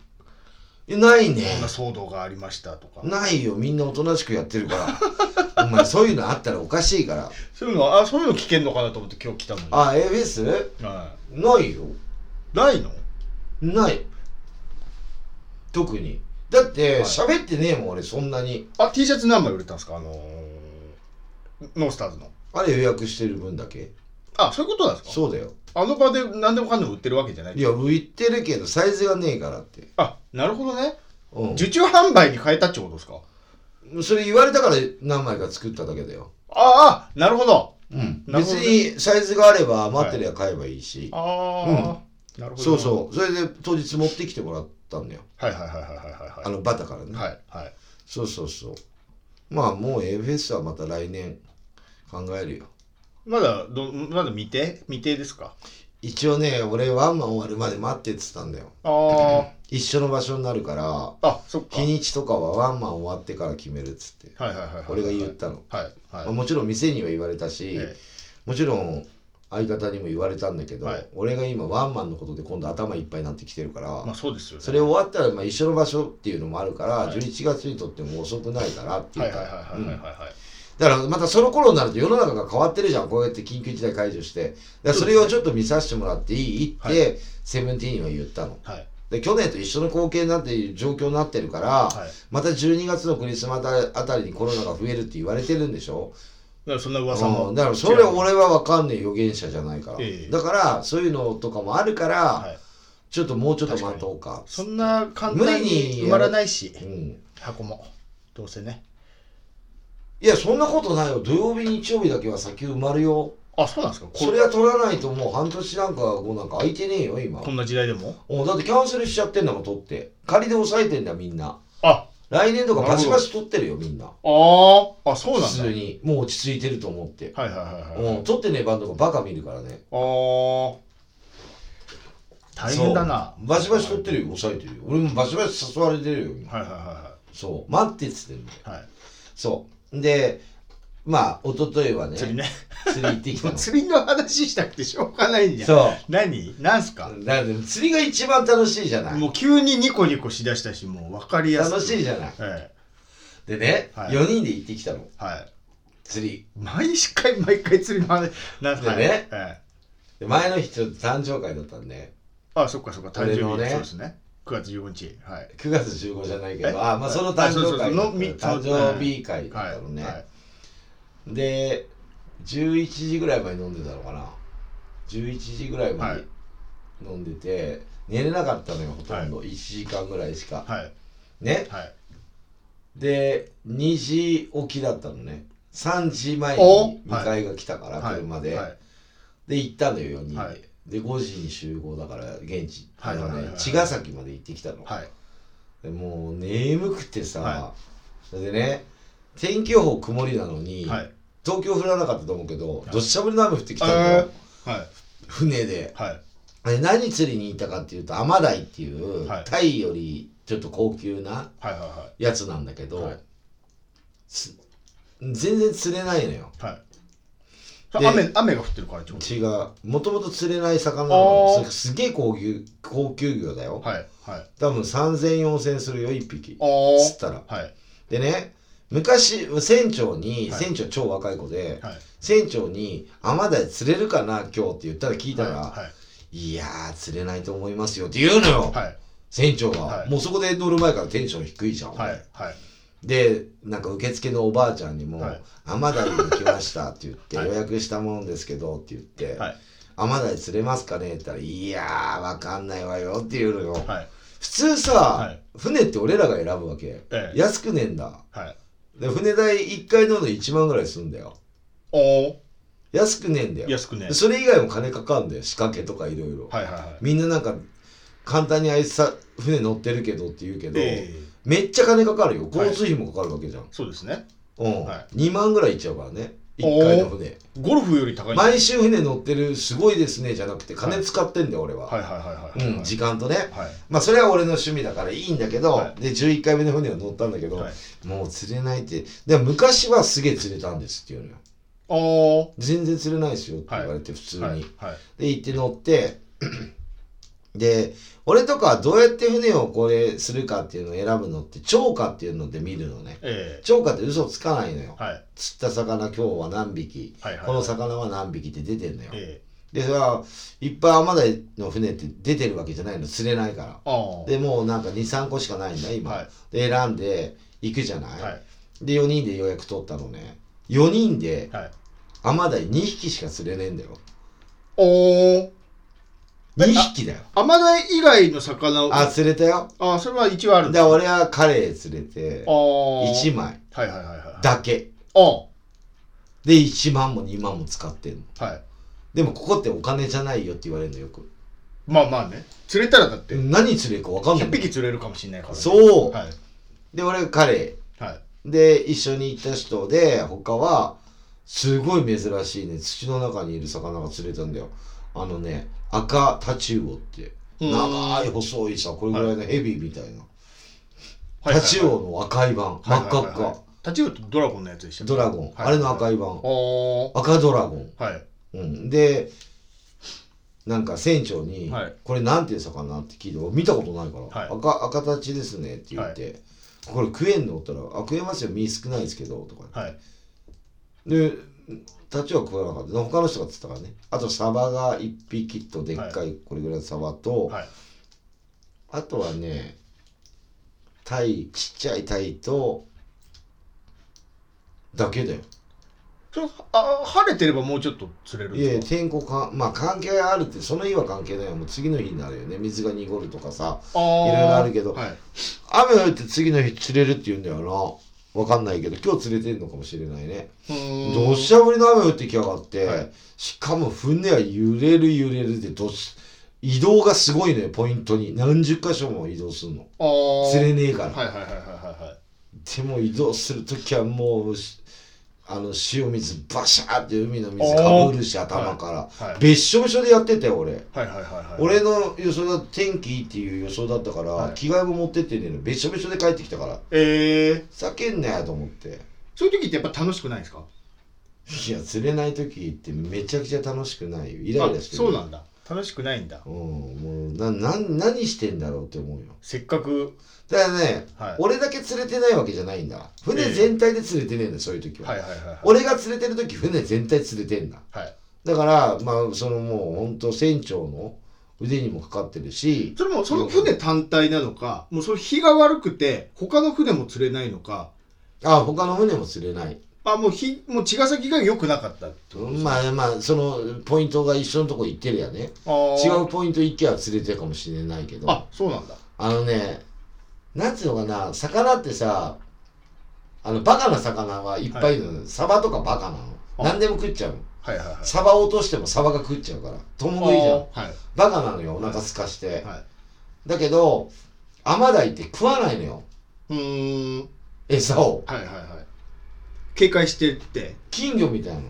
えないねこんな騒動がありましたとかないよみんなおとなしくやってるからお *laughs* 前そういうのあったらおかしいからそういうのあそういうの聞けんのかなと思って今日来たのにあ ABS? はないよいないのない特にだってはい喋、ってねえもん俺そんなにあ T シャツ何枚売れたんですかあのーノースターズのあれ予約してる分だけあそういうことなんですかそうだよあの場で何でもかんでも売ってるわけじゃないいや売ってるけどサイズがねえからって、あなるほどねう受注販売に変えたってことですかん、それ言われたから何枚か作っただけだよ、ああなるほどうん、なる別ほどねにサイズがあれば余ってりゃ買えばいいし、ああ、なるほどそうそうそれで当日持ってきてもらったんだよはいはいはいはいはいあはのバタからね、いはいはいそうそうそうまあもう A フェスはまた来年考えるよまだどまだ未定未定ですか一応ね俺ワンマン終わるまで待ってって言ってたんだよあー一緒の場所になるからあそっか日にちとかはワンマン終わってから決めるっつってはいはいはいはい俺が言ったの、はいはいまあもちろん店には言われたし、ええもちろん相方にも言われたんだけど、はい俺が今ワンマンのことで今度頭いっぱいになってきてるから、まあそうですよねそれ終わったらまあ一緒の場所っていうのもあるから、はい11月にとっても遅くないからっていはういかはいはいはういはいんはいだからまたその頃になると世の中が変わってるじゃんこうやって緊急事態解除してだからそれをちょっと見させてもらっていいっはてセブンティーンは言ったのはいで去年と一緒の光景になっている状況になってるから、はいまた12月のクリスマスあたりにコロナが増えるって言われてるんでしょだからそんな噂うもんだからそれ俺は分かんねえ予言者じゃないから、ええだからそういうのとかもあるから、はいちょっともうちょっと待とうかそんな簡単に埋まらないしうん箱もどうせねいやそんなことないよ土曜日日曜日だけは先埋まるよあそうなんですかこそれは取らないともう半年なんか後なんか空いてねえよ今こんな時代でもおだってキャンセルしちゃってんだもん取って仮で抑えてんだみんなあ来年とかバシバシ取ってるよみんなあーあそう普なんだ通にもう落ち着いてると思って、はいはいはいはいうん取ってねえバンドがバカ見るからねあー大変だなそうバシバシ取ってるよ抑えてるよ俺もバシバシ誘われてるよ今はいはいはそう待ってっつってんだよいはいはいそうでまあ一昨日はね釣りね釣り行ってきたのそ *laughs* 釣りの話したくてしょうがないんじゃんう何なんすかだから釣りが一番楽しいじゃないもう急にニコニコしだしたしもう分かりやすい楽しいじゃないえでね、はい4人で行ってきたのえはい釣り毎回毎回釣りの話なんすかでねええで前の日ちょっと誕生会だったんであそっかそっか誕俺生の日、ねそうですね9月15日はい9月15じゃないけどえあまあそのは誕生会だいあそうそうそうのみ誕生日会だったのね、はいで11時ぐらいまで飲んでたのかな11時ぐらいまはでい飲んでて、寝れなかったのよほとんど、1時間ぐらいしかはいねはいで2時起きだったのね3時前おにはい迎えが来たから、はい車で、はいで行ったのよ4人で、はいで5時に集合だから現地はあいのはいはいねはい茅ヶ崎まで行ってきたの、はいでもう眠くてさ、はそれでね天気予報曇りなのに、はい東京降らなかったと思うけどいどっしゃ降りの雨降ってきたのはよい、はい船ではいで何釣りに行ったかっていうとアマダイっていう、はいタイよりちょっと高級なはいはやつなんだけど、はいつ全然釣れないのよいはいそでれ雨雨が降ってるからってこと違うもともと釣れない魚なあーのそれすげえ高級高級魚だよ、はいはい多分30004000するよ1匹あ釣っーたらはいでね昔船長に、はい船長超若い子で、はい船長に「アマダイ釣れるかな今日」って言ったら聞いたら「はいい、やー釣れないと思いますよ」って言うのよ、はい船長が、はいもうそこで乗る前からテンション低いじゃん、はいはいでなんか受付のおばあちゃんにもはい「アマダイに来ました」って言って「はい予約したもんですけど」って言ってはい「アマダイ釣れますかね?」って言ったら「いやーわかんないわよ」って言うのよ、はい普通さ、い船って俺らが選ぶわけ、ええ安くねえんだはいで船代1回乗るの1万ぐらいするんだよおお安くねえんだよ安くねでそれ以外も金かかんだよ仕掛けとかいろいろはいはいはいみんななんか簡単にあいつさ船乗ってるけどって言うけど、ええめっちゃ金かかるよはい交通費もかかるわけじゃん、そうですねうんは2万ぐらいいっちゃうからね1回の船ゴルフより高いんだ毎週船乗ってるすごいですねじゃなくて金使ってんだよ俺は、はいはいはいはいうん、時間とね、はいまあそれは俺の趣味だからいいんだけど、はで11回目の船を乗ったんだけど、はいもう釣れないってでも昔はすげえ釣れたんですっていうのよああは全然釣れないですよって言われて普通いに、はいで行って乗って *clears throat* で俺とかはどうやって船をこれするかっていうのを選ぶのって釣果っていうので見るのねええ釣果って嘘つかないのよはい釣った魚今日は何匹はいはいこの魚は何匹って出てんのよ、ええでそれはいっぱいアマダイの船って出てるわけじゃないの釣れないからああでもうなんか23個しかないんだ今、はいで選んで行くじゃない、はいで4人で予約取ったのね4人ではいアマダイ2匹しか釣れねえんだよおお2匹だよアマダイ以外の魚をあ釣れたよあそれは一応あるんでだあ俺はカレー釣れてあ1枚はいはいはいはいだけああで1万も2万も使ってんのはいでもここってお金じゃないよって言われるのよくまあまあね釣れたらだってで何釣れるか分かんない100匹釣れるかもしれないからねそうはいで俺がカレはいーで一緒に行った人で他はすごい珍しいね土の中にいる魚が釣れたんだよあのね赤タチウオってうん長い細いさこれぐらいのヘビみたいな、はいはいはタいチウオの赤い版真っ赤っか、はいはいはいタチウオってドラゴンのやつでしたドラゴン、はいあれの赤い版、ああ赤ドラゴンはいうん、でなんか船長に、はいこれなんていう魚って聞いて俺見たことないから、はい赤赤たちですねって言って、これ食えんのって言ったらあ食えますよ身少ないですけどとかはいでタチは食わなかった他の人が釣ったからねあとサバが1匹とでっかいこれぐらいのサバと、はいあとはねタイちっちゃいタイとだけだよちょあ晴れてればもうちょっと釣れるんいやいやです天候かまあ関係あるってその日は関係ないよもう次の日になるよね水が濁るとかさかあーいろいろあるけどはい雨が降って次の日釣れるって言うんだよなわかんないけど今日釣れてんのかもしれないねどっしよゃ降りの雨降ってきやがって、はいしかも船は揺れる揺れるでどっし移動がすごいのよポイントに何十箇所も移動するのあー釣れねえから、はいはいはいはいはいはいでも移動する時はもうしあの塩水バシャーって海の水かぶるし頭から、はいべっしょべしょでやってたよ俺、はいはいはいはい俺の予想だと天気いいっていう予想だったから、はい着替えも持ってってねえのべっしょべしょで帰ってきたからええー、叫んなやと思ってそういう時ってやっぱ楽しくないですかいや釣れない時ってめちゃくちゃ楽しくないよイライラしてあるそうなんだ楽しくないんだうんもうなな何してんだろうって思うよせっかくだからね、はい俺だけ釣れてないわけじゃないんだ船ええ全体で釣れてねえんだよそういう時は、はいはいはいはい俺が釣れてる時船全体釣れてんだはいだからまあそのもうほんと船長の腕にもかかってるしそれもその船単体なのかもうその日が悪くて他の船も釣れないのかあ他の船も釣れないあもう日もう茅ヶ崎が良くなかったってことですか、まあまあそのポイントが一緒のとこ行ってるやねあー違うポイント行けば釣れてるかもしれないけどあそうなんだあのね、なんつうのかな、魚ってさ、あの、バカな魚はいっぱいいるの、サバとかバカなの。あ何でも食っちゃうの。はいはいはいサバ落としてもサバが食っちゃうから。とも食いじゃん。あーはバカなのよ、お腹すかしてい。はいだけど、アマダイって食わないのよ、うーん餌を。はいはいはい警戒してって金魚みたいなの。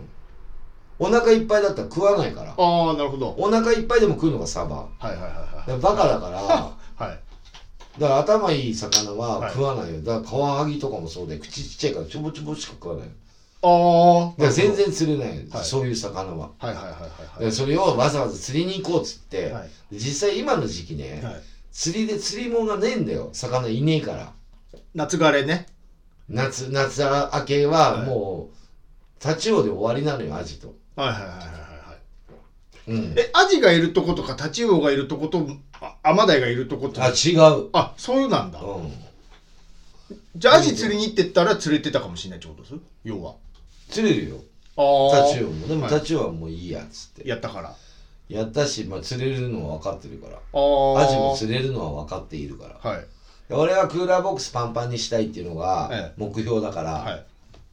お腹いっぱいだったら食わないから。ああなるほどお腹いっぱいでも食うのがサバ。はいはいはいだはからバカだから、いはいだから頭いい魚ははい食わないよ。だからカワハギとかもそうで、口ちっちゃいからちょぼちょぼしか食わない。ああだから全然釣れない、はいそういう魚は。はいはいはいだはかいらそれをわざわざ釣りに行こうっつって、はい実際今の時期ね、はいはい釣りで釣りもんがねえんだよ魚いねえから夏枯れね夏夏明けははいもう、タチウオで終わりなのよアジと、はいはいはいはいはいうん、えアジがいるとことかタチウオがいるとことあアマダイがいるとことああ違う、そうなんだうん、じゃあアジ釣りに行ってったら釣れてたかもしれないってことです要は釣れるよあタあチウオもでもはいタチウオはもういいやっつってやったからあやったし、まあ、釣れるのは分かってるからあアジも釣れるのは分かっているからはい俺はクーラーボックスパンパンにしたいっていうのがえ目標だから、はい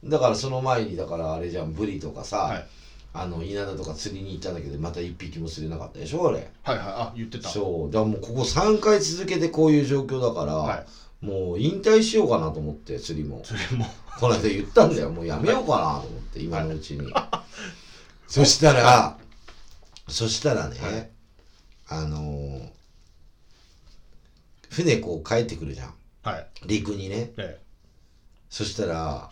だからその前にだからあれじゃんブリとかさ、はいあの稲田とか釣りに行ったんだけどまた一匹も釣れなかったでしょあれはいはいあ言ってたそうだからもうここ3回続けてこういう状況だから、はいもう引退しようかなと思って釣りもそれもこの間言ったんだよもうやめようかなと思って今のうちにそしたらそしたらね、はいあのー船こう帰ってくるじゃんはい陸にねええそしたら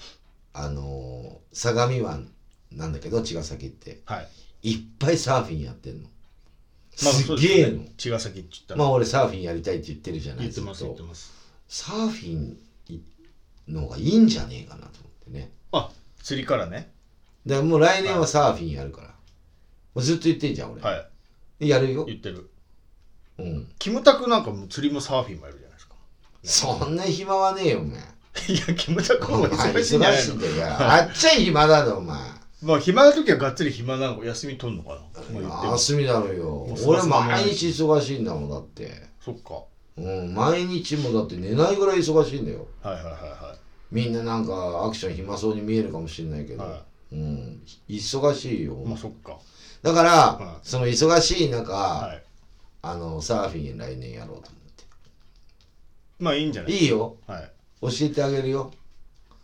あのー相模湾なんだけど茅ヶ崎ってはいいっぱいサーフィンやってんの、まあすげえそうの、ですね茅ヶ崎って言ったまらあ俺サーフィンやりたいって言ってるじゃない言ってずます言とってますサーフィンの方がいいんじゃねえかなと思ってねあ釣りからねだからもう来年はサーフィンやるから、もうずっと言ってんじゃん俺、はやるよい、言ってるうん、キムタクなんかもう釣りもサーフィンもやるじゃないですか *laughs* そんな暇はねえよお前いやキムタクもお前忙忙ししいいんんじゃだないのよあっちゃ暇だろお前まあ暇な時はがっつり暇なの休み取るのかな、まあ、言って休みだろよう俺そんな毎日忙しいんだもんだってそっかうん、毎日もだって寝ないぐらい忙しいんだよはいはいはいみんななんかアクション暇そうに見えるかもしれないけど、はうん、忙しいよ、いまあそっかだから、はいその忙しい中、はいあのサーフィン来年やろうと思っまあいいんじゃなていいいよはい教えてあげるよ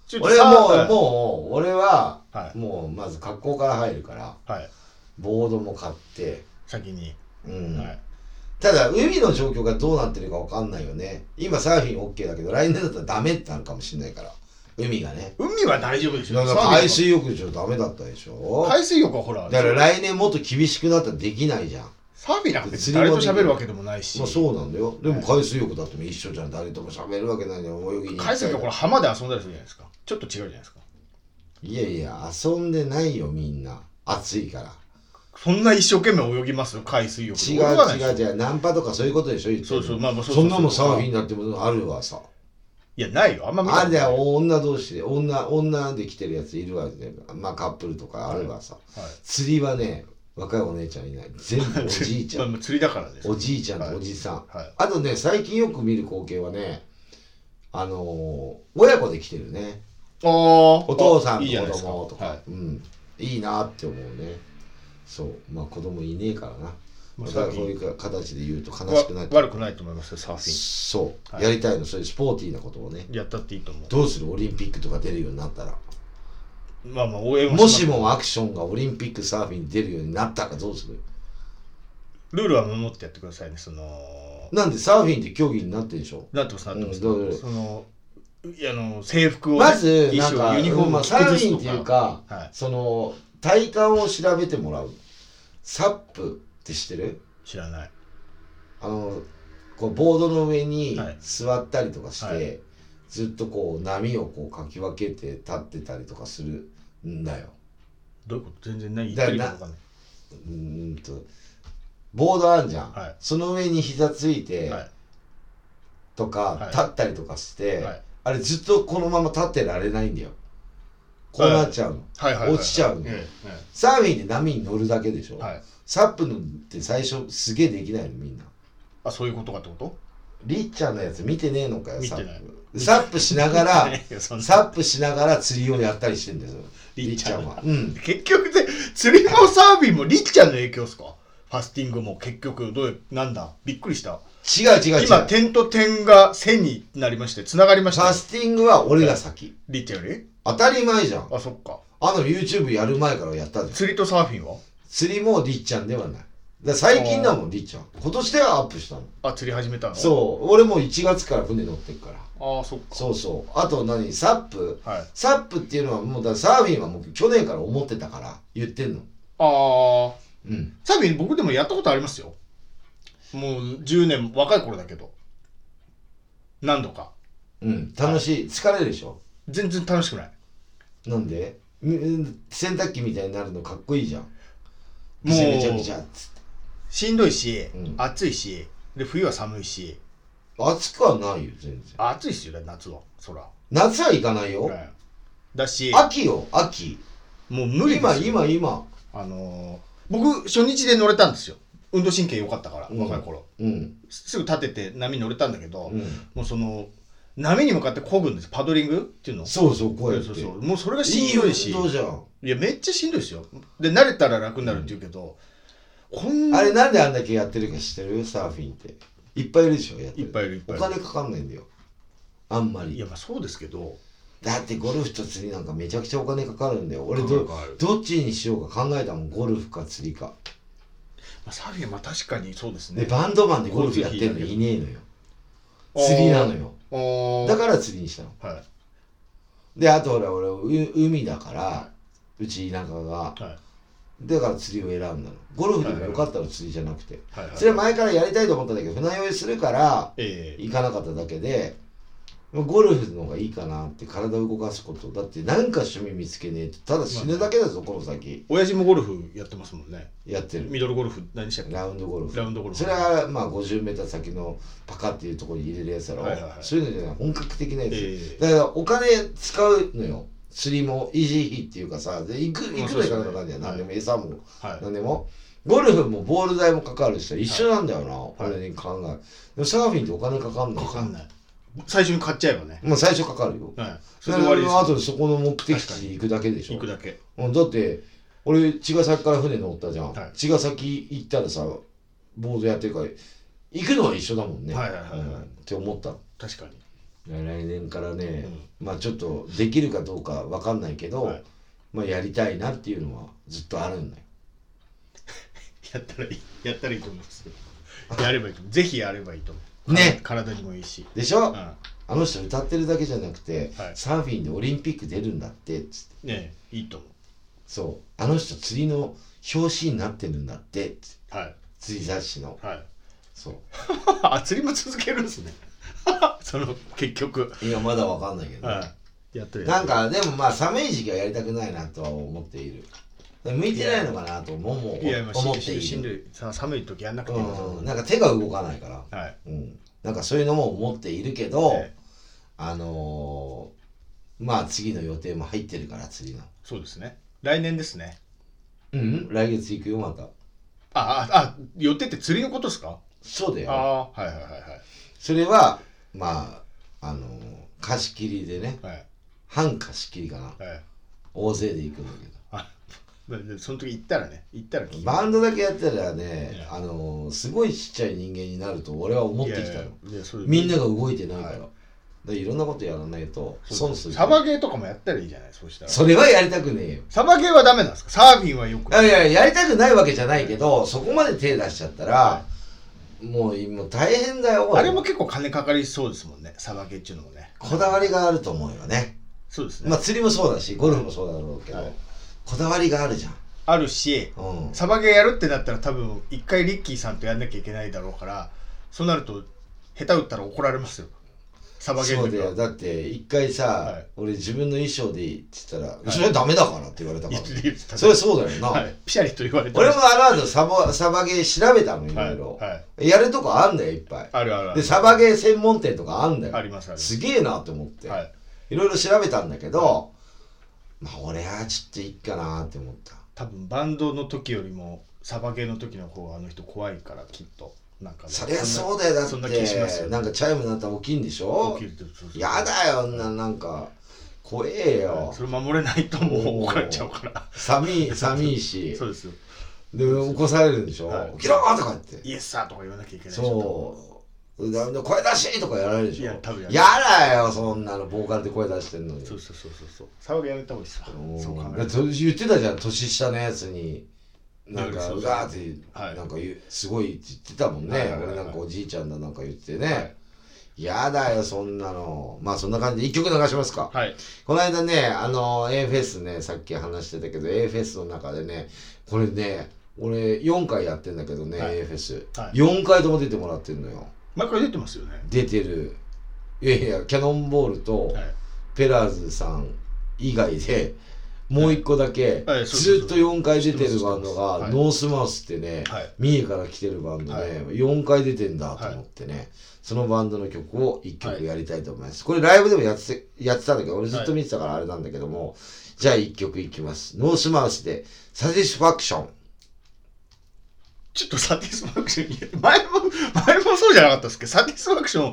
ちょっと俺はもう、さもう俺は、はいもうまず格好から入るからはいボードも買って、先に、うんはいただ海の状況がどうなってるかわかんないよね今サーフィン OK だけど来年だったらダメってなるかもしれないから海がね海は大丈夫でしょだから海水浴場ダメだったでしょ海水浴はほらだから来年もっと厳しくなったらできないじゃんサーフィンなんて誰と喋るわけでもないしまあ、そうなんだよでも海水浴だっても一緒じゃん誰とも喋るわけないじゃん泳ぎに行ったり海水浴はこれ浜で遊んだりするじゃないですかちょっと違うじゃないですかいやいや遊んでないよみんな暑いからそんな一生懸命泳ぎます海水浴違泳がなういです違う違うナンパとかそういうことでしょ言ってるそうそうまあまあそうそうんなもんサーフィンンだってもあるわさいやないよあんま見たこあとれないだよ女同士で女女で来てるやついるわけでまあカップルとかあるわさ、はい釣りはね若いお姉ちゃんいない全部おじ *laughs* いちゃまあんまあ釣りだからですおじいちゃんとおじさん、はいあとね最近よく見る光景はねあのー親子で来てるねあーお父さあんいいじゃないと子ですか供とかはいうん、いいなって思うねそうまあ子供いねえからな、まあだサかーらフこうィンいう形で言うと悲しくなっわちゃう悪くないと思いますよサーフィそう、はいやりたいのそういうスポーティーなことをねンやったっていいと思うどうするオリンピックとか出るようになったらまあまあ応援もはししますもアクションがオリンピックサーフィンに出るようになったらどうするルールは守ってやってくださいねそのなんでサーフィンって競技になってるでしょなってますなってます、うんどうぞそのいやあの制服をね、まずなん衣か装ユニフォーうんムまをあ着サーフ崩すィンとっていうかかはいその体感を調べてもらうサップって知ってる知らないあのこうボードの上にはい座ったりとかして、はいずっとこう波をこうかき分けて立ってたりとかするんだよ。どういうこと全然ない言だっかてらるなことわかんなうーんとボードあんじゃん、はいその上に膝ついていはとか、はい立ったりとかして、いはいあれずっとこのまま立ってられないんだよ。こうなっちゃうの。はいはいはい落ちちゃうねええサーフィンって波に乗るだけでしえょ。えはいサップのって最初すげえできないのみんな。あそういうことかってことりっちゃんのやつ見てねえのかよ見てサないップ。サップしながら *laughs* いやそんなサップしながら釣りをやったりしてんですよ。りっちゃんはりっうん。結局で釣りもサーフィンもりっちゃんの影響ですかファスティングも結局どういうなんだびっくりした違う違う違う。今フ点と点が線になりましてつながりましたァよスティングは俺が先。りっちゃんより当たり前じゃん。あそっかあの YouTube やる前からやったじゃん。釣りとサーフィンは釣りもりっちゃんではない。だから最近だもん、りっちゃん。今年ではアップしたの。あ釣り始めたのうそう。俺もう1月から船乗ってるから。あそっかそうそう。あと何サップはいサップっていうのはもう、だからサーフィンはもう去年から思ってたから言ってんの。ああうん。サーフィン僕でもやったことありますよもう10年若い頃だけど何度かうん。楽しい。疲れるでしょ全然楽しくないなんでうん洗濯機みたいになるのかっこいいじゃん。もめちゃめちゃうめちゃっつって。しんどいし、うん暑いしで冬は寒いし暑くはないよ、全然。暑いっすよだって夏はそら、夏は行かないよ。うんだし秋よ、秋。もう無理です今、今、よ今。あのー僕初日で乗れたんですよ運動神経良かったから、うん若い頃うん。すぐ立てて波乗れたんだけど、うん、もうその波に向かって漕ぐんですパドリングっていうのそうそう、こうやって。そうそうもうそれがいしいんど運いし動じゃん。いやめっちゃしんどいですよで慣れたら楽になるって言うけど、こんなあれ、なんであんだけやってるか知ってるサーフィンって。いっぱいいるでしょ、やっていっる。ぱいいるいっぱおいいる金かかんないんだよ。あんまいりや。まあそうですけどだってゴルフと釣りなんかめちゃくちゃお金かかるんだよ。俺どど、どっちにしようか考えたもん、ゴルフか釣りか。まあ、サーフィンはまあ確かにそうですねで、バンドマンでゴルフやってるのいねえのよ。釣りなのよ。よだから釣りにしたの。らはいであとほら俺う海だからうち田舎がはいだから釣りを選んだのゴルフでもよかったの釣りじゃなくてはいはいそれは前からやりたいと思ったんだけど船酔いするからええ行かなかっただけでゴルフの方がいいかなって体を動かすことだってなんか趣味見つけねえとただ死ぬだけだぞこの先親父もゴルフやってますもんねやってるミドルゴルフ何でしたっけラウンドゴルフラウンドゴルフそれはまあ 50m 先のパカっていうところに入れるやつやろ、はいはいはいそういうのじゃない本格的なやつ、ええだからお金使うのよ釣りも維持費っていうかさでいくいまあくらいかなそうですよねかんじゃんはい何でも餌もはい何でもゴルフもボール代もかかるしさ一緒なんだよな、い俺に考えでもサーフィンってお金かかんないわかんいない最初に買っちゃえばねもう最初かかるよはいそそれれでで終わりですあとそこの目的地に行くだけでしょ行くだけうんだって俺茅ヶ崎から船乗ったじゃん、はい茅ヶ崎行ったらさボードやってるから行くのは一緒だもんね、はいはいはいはいうんって思ったの確かに来年からね、まあちょっとできるかどうかわかんないけど、はいまあやりたいなっていうのはずっとあるんだよやったらいいやったらいいと思いますやればいいと思うぜひやればいいと思うね体にもいいしでしょ、うんあの人歌ってるだけじゃなくて、はいサーフィンでオリンピック出るんだってっつってねいいと思うそうあの人釣りの表紙になってるんだってっつってはい釣り雑誌のはい。そう *laughs* あ、釣りも続けるんですね。 *laughs* その、結局。今まだわかんないけど、はい。やってるやなんかでもまあ寒い時期はやりたくないなとは思っている向いてないのかなとももいや、今、思しってししいんどるい。さ寒い時やんなくていいですうんなんか手が動かないから、はい。うん、なんかそういうのも思っているけど、ええあのーまあ次の予定も入ってるから次のそうですね。来年ですね。うん来月行くよまたあ、あ、あ、寄ってって釣りのことですかそうだあよあ、はいはいはいそれはまああのー貸し切りでねはい。半貸し切りかなはい。はい大勢で行くんだけどまあでその時行ったらね、行ったら聞きバンドだけやってたらねええ、あのーすごいちっちゃい人間になると俺は思ってきたの。いやいやいやそれみんなが動いてないから。はいでいろんなことやらないと損する。サバゲーとかもやったらいいじゃない、そうしたら。それはやりたくねえよ。サバゲーはダメなんですかサーフィンはよく。いやいや、やりたくないわけじゃないけど、そこまで手出しちゃったら、もうもう大変だよ。あれも結構金かかりそうですもんね、サバゲーっていうのもね。こだわりがあると思うよね。そうですね。まあ釣りもそうだし、ゴルフもそうだろうけど、はいこだわりがあるじゃん。あるし、うん。サバゲーやるってなったら多分、一回リッキーさんとやんなきゃいけないだろうから、そうなると、下手打ったら怒られますよ。サバゲーそのう時だはよ。だって一回さ、はい俺自分の衣装でいいって言ったら、それはダメだからって言われたか言らっ。て言ってたそれはそうだよな。はい。ピシャリと言われて俺まもしあるあるサバサバゲー調べたのいたはろいいろ、はい。やるとこあんだよいっぱいあるあるあるでサバゲー専門店とかあんだよありますありますすげえなと思って、はいい、ろいろ調べたんだけど、まあ俺はちょっといいかなって思った多分バンドの時よりもサバゲーの時の方があの人怖いからきっとなんかねそりゃんそなうだよだってそんな気しますよなんかチャイムなったら大きいんでしょ起きるとそうそうやだよ女なんか怖えよ、それ守れないとおもうー怒られちゃうから寒い寒いし *laughs* そうですよで起こされるんでしょ、はい起きろーとか言ってイエスサーとか言わなきゃいけないしそう。なんで声出しとかやられるでしょいや多分ややるだよそんなのボーカルで声出してんのにそうそうそうそうそうサバゲーやめた方がいいっすわうんそう考だえるってと言ってたじゃん年下のやつになんかそううそうわーって、はいなんか言うすごいって言ってたもんね、はいはいはい俺なんかおじいちゃんだなんか言ってね、はいやだよそんなのまあそんな感じで一曲流しますかはいこの間ね、あの、A フェスね、さっき話してたけど、A フェスの中でね、これね、俺4回やってんだけどね、はい A フェス。はい4回とも出てもらってんのよ。毎回出てますよね出てる。いやいや、キャノンボールとはいペラーズさん以外で、もう一個だけはいはい、そうそうずっと4回出てるバンド知ってます知ってまが、すノースマウスってね、はい三重から来てるバンドはいで、4回出てんだと思ってね、そのバンドの曲を1曲やりたいと思います。これライブでもやっててやってたんだけど、俺ずっと見てたからあれなんだけども、じゃあ1曲いきます。ノースマウスで、サティスファクション。ちょっとサティスファクション前も前もそうじゃなかったっすけどサティスファクション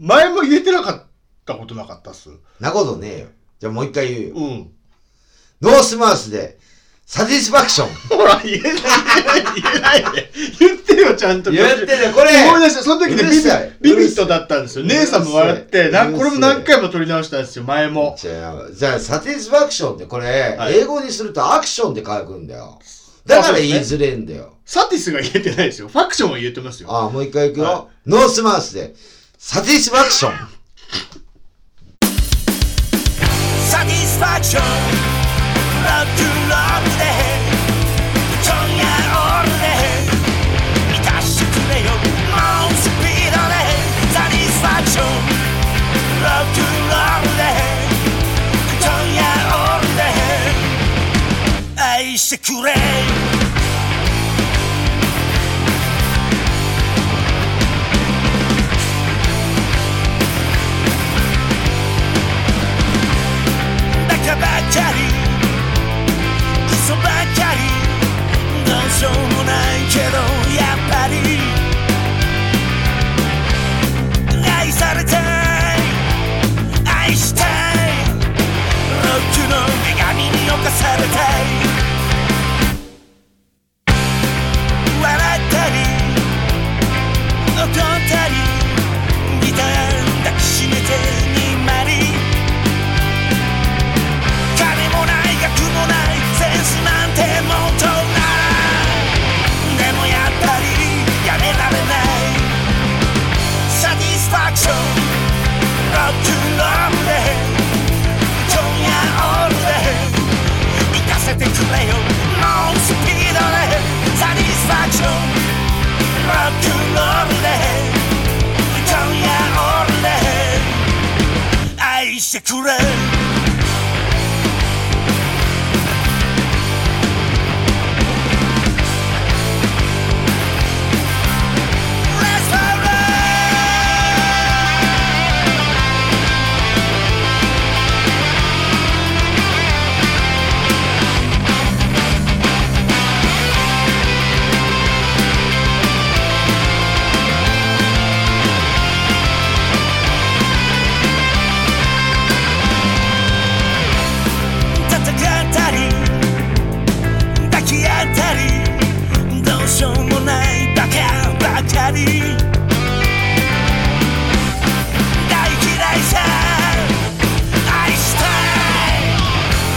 前も言えてなかったことなかったっすなことねえよ。じゃあもう一回言うよ。うんノースマウスで、サティスファク *laughs* ション。ほら、言えない、言えない、言えないで。言ってよ、ちゃんと。言ってね、これ思い出した、その時ね、うビるさいビビビうるッさいトだったんですよ。姉さんも笑っうるて、さないんこれも何回も撮り直したんですよ、前も。じゃあ、じゃあサティスファクションってこれ、はい英語にするとアクションって書くんだよ。だから言いづれえんだよ。サティスが言えてないですよ。ファクションは言えてますよ。ああ、もう一回行くよ。はノースマウスで、サティスファクション。 Satisfaction Rock to rock で今夜オールで満たしてくれよもうスピードで Satisfaction Rock to rock で今夜オールで愛してくれバカばかり嘘ばかりどうしようもないけどやっぱり愛されたい愛したいロックの女神に侵されたいしてくれ戦ったり抱き合ったりどうしようもないバカばかり大嫌いさ愛したい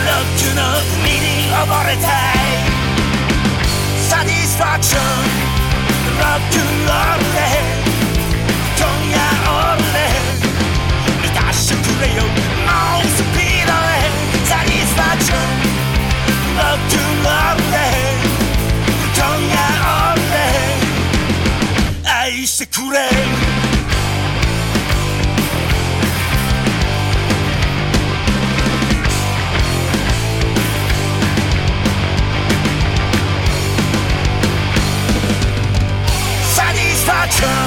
ロックの海に溺れたいサディスファクションロックンロールで今夜オールで満たしてくれよもうスピードでサディスファクションロックンロールで今夜オールで愛してくれサディスファクション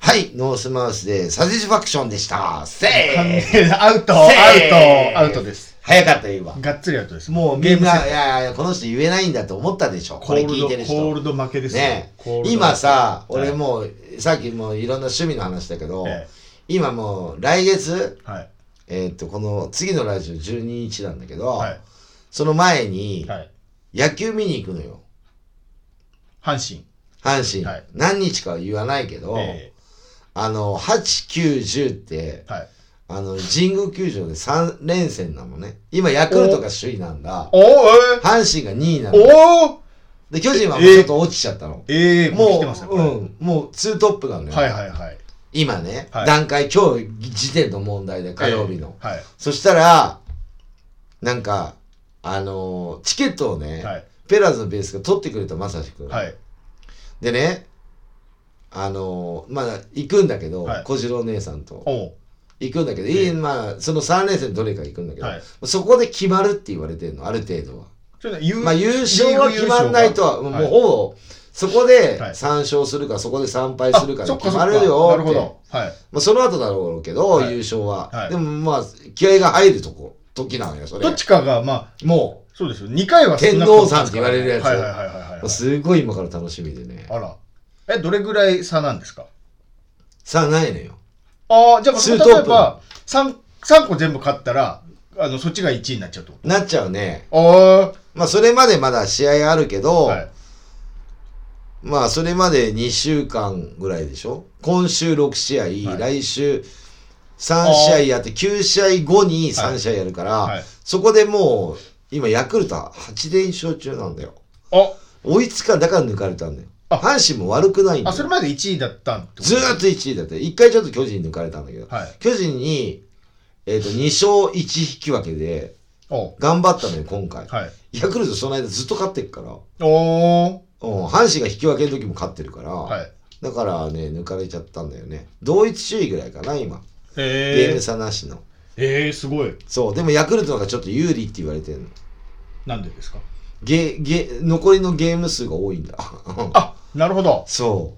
はい、ノースマウスでサディスファクションでした。せーアウト、アウせート、アウトです。早かった今。がっつりアウトです。ももううみゲーんムセッな、トいやいや、この人言えないんだと思ったでしょ。これ聞いてる人。コールドコールド負けですよねコールド今さ、俺はいもう、さっきもういろんな趣味の話だけど、え今もう来月、えはいえーっと、この次のラジオ12日なんだけど、はいその前に、はい野球見に行くのよ。阪阪神。はい何日かは言わないけど、神えあの、8、9、10って、えはいあの、神宮球場で3連戦なのね。今、ヤクルトが首位なんだ。おー阪神が2位なえの。ーおーで、巨人はもうちょっと落ちちゃったの。ええももう来てう、ますねこれうん、もうツートップなのよ。はいはいはい今ね、はい段階、今日時点の問題で火曜日の。ええはいそしたら、なんか、あのーチケットをね、はいペラーズのベースが取ってくれたまさしくん。はいでね、あのーまあ、行くんだけど、はい小次郎姉さんと。おう行くんだけど、えいいまあ、その3連戦どれか行くんだけど、はいそこで決まるって言われてるの、ある程度は。ちょっと優まあ、優勝は決まんないとは、もうはいほぼ、そこではい3勝するか、そこで3敗するかであそっか決そっまかるよって。なるほどはいまあ、その後だろうけど、はい優勝は、はいでもまあ、気合が入るとこ、時なのよ、それ。どっちかがまあもそうですよ二回は少なくとも天皇さんって言われるやつ、はいはいはいはいはいうすごい今から楽しみでね。あらえどれぐらい差なんですかさあ、ないのよ。ああじゃあツートップ例えば三三個全部勝ったらあのそっちが一位になっちゃうってこなっちゃうね。とあまあ、それまでまだ試合あるけあど、はいまあ、それまで2週間ぐらいでしょ今週6試合、い来週3試合やって、9試合後に3試合やるから、はいそこでもう、今、ヤクルトは8連勝中なんだよ。あ追いつかんだから抜かれたんだよ。あ阪神も悪くないんだあよそ。れまで1位だったんってことずーっと1位だって。一回ちょっと巨人に抜かれたんだけど、はい巨人に、えっ、と、2勝1引き分けで、おう頑張ったのよ、今回。はいヤクルトその間ずっと勝ってっから。おうん、阪神が引き分けの時も勝ってるから、おはいだからね、抜かれちゃったんだよね。同一首位ぐらいかな、今。ゲーえムー、差なしの。えー、すごいそう、でもヤクルトの方がちょっと有利って言われてるの。なんでですかゲ、ゲ、残りのゲーム数が多いんだ。 *laughs* あなるほどそ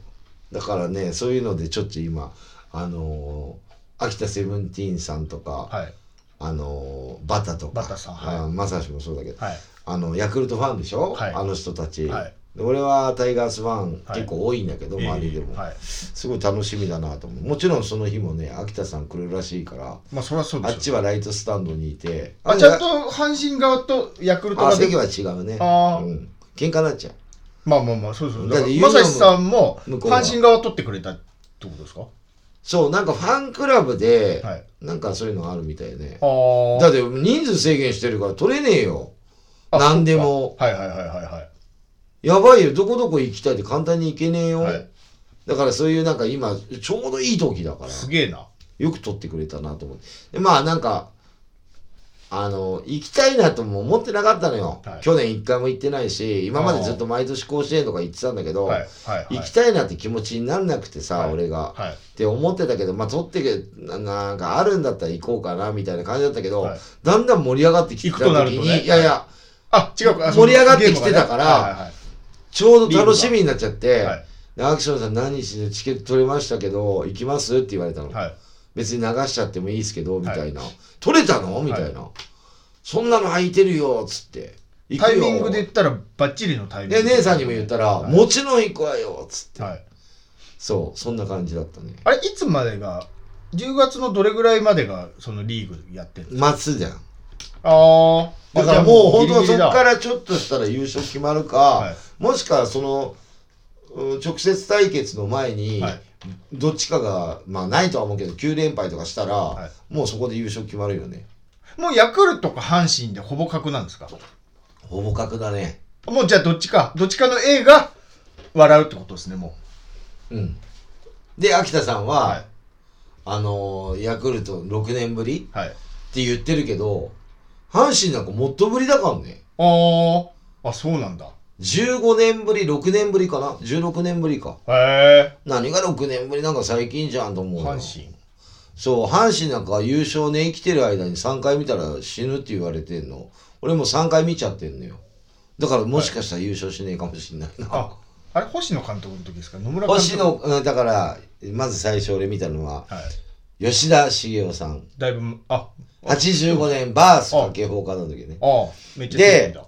う。だからね、そういうのでちょっと今、あのー秋田セブンティーンさんとか、はいあのーバタとかバタさんはいあーまさしもそうだけど、はいあのヤクルトファンでしょ、はいあの人たち、はいで俺はタイガースファンはい結構多いんだけど、周りでも、えーはいすごい楽しみだなと思うもちろんその日もね秋田さん来るらしいからまあそれはそうであすっちはライトスタンドにいてあちゃんと阪神側とヤクルトあ側で席は違うねあーうん、喧嘩になっちゃうまあまあまあそうですよだだってからユニフォまームさしさんも向こうは阪神側を取ってくれたってことですかそうなんかファンクラブで、はいなんかそういうのがあるみたいねあだって人数制限してるから取れねえよあ何でもはいはいはいはいはやばいよどこどこ行きたいって簡単に行けねえよ、いはいだからそういうなんか今ちょうどいい時だからすげえなよく撮ってくれたなと思ってでまあなんかあの行きたいなとも思ってなかったのよ、はい去年一回も行ってないし今までずっと毎年甲子園とか行ってたんだけど、はいはいはい行きたいなって気持ちになんなくてさ、はい俺が、はいって思ってたけどまあ取ってけななんかあるんだったら行こうかなみたいな感じだったけど、はいだんだん盛り上がってきてた行くとなる時とに、ねいやいやあ違うかあ盛り上がってきてたからゲームがねちょうど楽しみになっちゃって、はいはいでアクションさん何日でチケット取れましたけど行きますって言われたの、はいはい別に流しちゃってもいいですけどみたいな、取れたのみたいな、そんなの空いてるよっつって行タくイよミングで言ったらバッチリのタイミングで姉さんにも言ったら、はいもちろん行くわよっつって、はいそうそんな感じだったねあれいつまでが10月のどれぐらいまでがそのリーグやってるの松じゃんああだからもう本当ギリギそリこだからちょっとしたら優勝決まるか、はいもしくはそのうん直接対決の前に、はいどっちかがまあないとは思うけど9連敗とかしたら、はもうそこで優勝決まるよねもうヤクルトか阪神でほぼ確なんですかほぼ確だねもうじゃあどっちかどっちかの A が笑うってことですねもうんで秋田さんうは、はいあのーヤクルト6年ぶりはいって言ってるけど阪神なんかもっとぶりだからねあああそうなんだ15年ぶり6年ぶりかな16年ぶりかへえ何が6年ぶりなんか最近じゃんと思うよ阪神そう、阪神なんか優勝ね、生きてる間に3回見たら死ぬって言われてんの。俺もう3回見ちゃってんのよ。だからもしかしたら優勝しねえかもしんないな。ああれ星野監督の時ですか野村監督星野、うんだから、まず最初俺見たのは、はい吉田茂雄さん。だいぶあ85年、バース家計放課の時ね。ああめっちゃ強いんだ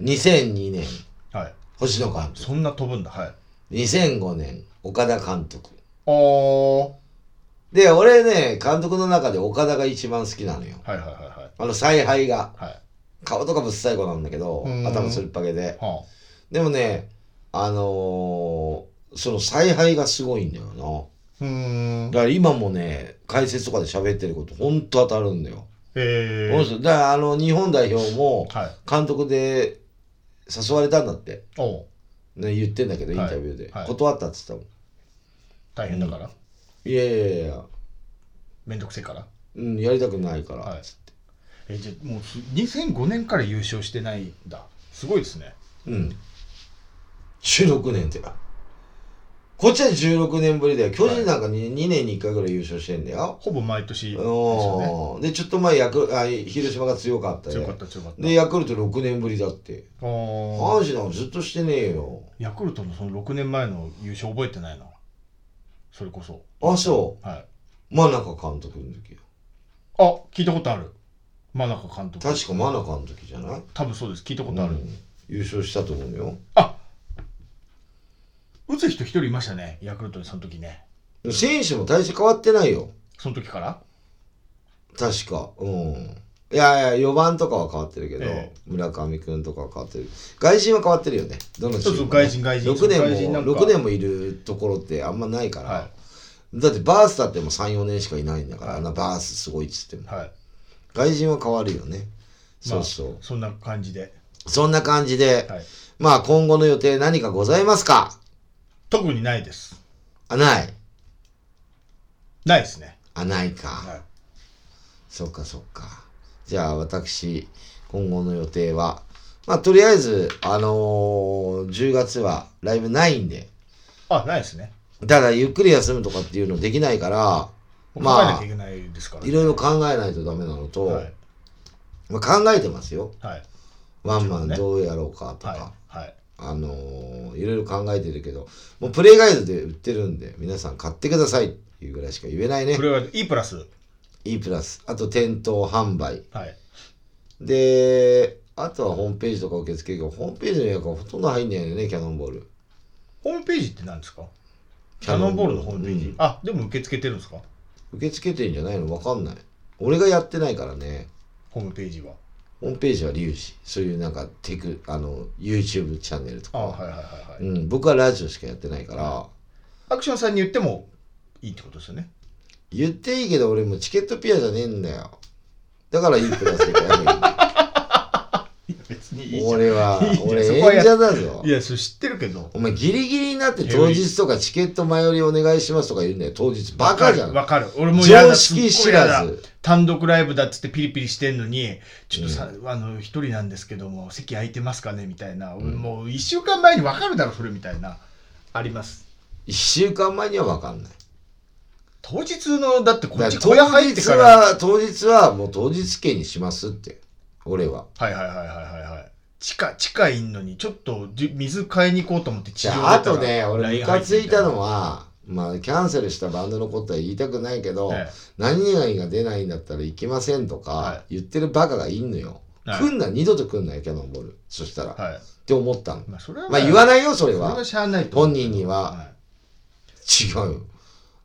2002年、はい星野監督。そんな飛ぶんだはいあ2005年、岡田監督。あはで、俺ね、監督の中で岡田が一番好きなのよ。いはいはいはいあの、采配が。はい顔とかぶっ最後なんだけどうん、頭すりっぱげで。はでもね、あのーその采配がすごいんだよな。あうーんだから今もね、解説とかで喋ってること、ほんと当たるんだよ。えこの人だからあの、日本代表も、はい監督で誘われたんだって、おうね、言ってんだけど、インタビューで。はいはい断ったって言って大変だから、たもん。いやいやいやいや、めんどくせえからうん、やりたくないから。はいえじゃあもうす2005年から優勝してないんだすごいですねうん。16年ってな。こっちは16年ぶりだよ。巨人なんか 2,、2年に1回ぐらい優勝してんだよ。ほぼ毎年ですよねおーでちょっと前ヤクあ広島が強かったで強かった強かったでヤクルト6年ぶりだってあー阪神なんかずっとしてねえよヤクルトのその6年前の優勝覚えてないなそれこそあそはいう真中監督の時よあ聞いたことある真中監督確か真中の時じゃない多分そうです聞いたことある、うん優勝したと思うよあ打つ人一人いましたねヤクルトにその時ね選手も大して変わってないよその時から確かうんいやいや4番とかは変わってるけど、ええ村上君とかは変わってる外人は変わってるよねどのチームもそうそう外人外人6年も外人なんか6年もいるところってあんまないから、はだってバースだってもう34年しかいないんだから、あんなバースすごいっつってもはい外人は変わるよねまそあうそう、そんな感じで、そんな感じで、はい、まあ今後の予定何かございますか特にないですあないないですねあないか、はいそっかそっかじゃあ私今後の予定はまあとりあえずあのー10月はライブないんであないですねただゆっくり休むとかっていうのできないからまあ、なまあきゃいけないですから、いろいろ考えないとダメなのと、はい、まあ、考えてますよはい、ワンマンねどうやろうかとか、はい、はい。あのーいろいろ考えてるけど、もうプレイガイドで売ってるんで、皆さん買ってくださいっていうぐらいしか言えないねこ。れは E プラス、 E プラス。あと店頭販売。はい、で、あとはホームページとか受付けど、ホームページの予約はほとんど入んないよね、キャノンボール。ホームページって何ですかキキャャノノンンボボーールルのホームページ、うんあでも受け付けてるんですか受付店じゃないのわかんない。俺がやってないからね、ホームページはホームページはリュウジ。そういうなんかテク、あの、YouTube チャンネルとあか。はいはいはいはい、うん、僕はラジオしかやってないから、アクションさんに言ってもいいってことですよね言っていいけど俺もうチケットピアじゃねえんだよだからいいプラスで買えばいいんだよ別 *laughs* いいじゃん俺はいいじゃん俺そこはや演者だぞいやそれ知ってるけどお前ギリギリになって当日とかチケット前売りお願いしますとか言うんだよ当日バカじゃんわかる俺も嫌だ常識知らずすっごい嫌だ単独ライブだっつってピリピリしてんのにちょっとさ、あの一人なんですけども席空いてますかねみたいな、俺もう1週間前にわかるだろそれみたいなあります1週間前には分かんない当日のだってこっだちから小屋入ってから当日は当日はもう当日券にしますって俺ははいはいはいはいはいはい地下地下いんのにちょっとじ水買いに行こうと思って地じ上出ゃたあらあとね俺 LINE ム入カってついたのは、はまあキャンセルしたバンドのことは言いたくないけど、ええ何々が出ないんだったら行きませんとかは言ってるバカがいんのよ、はい来んな二度と来んなよキャノンボールそしたら、っはいて思ったのまあそれは、まあ言わないないよそれそれははしゃあないと本人には、は違うよ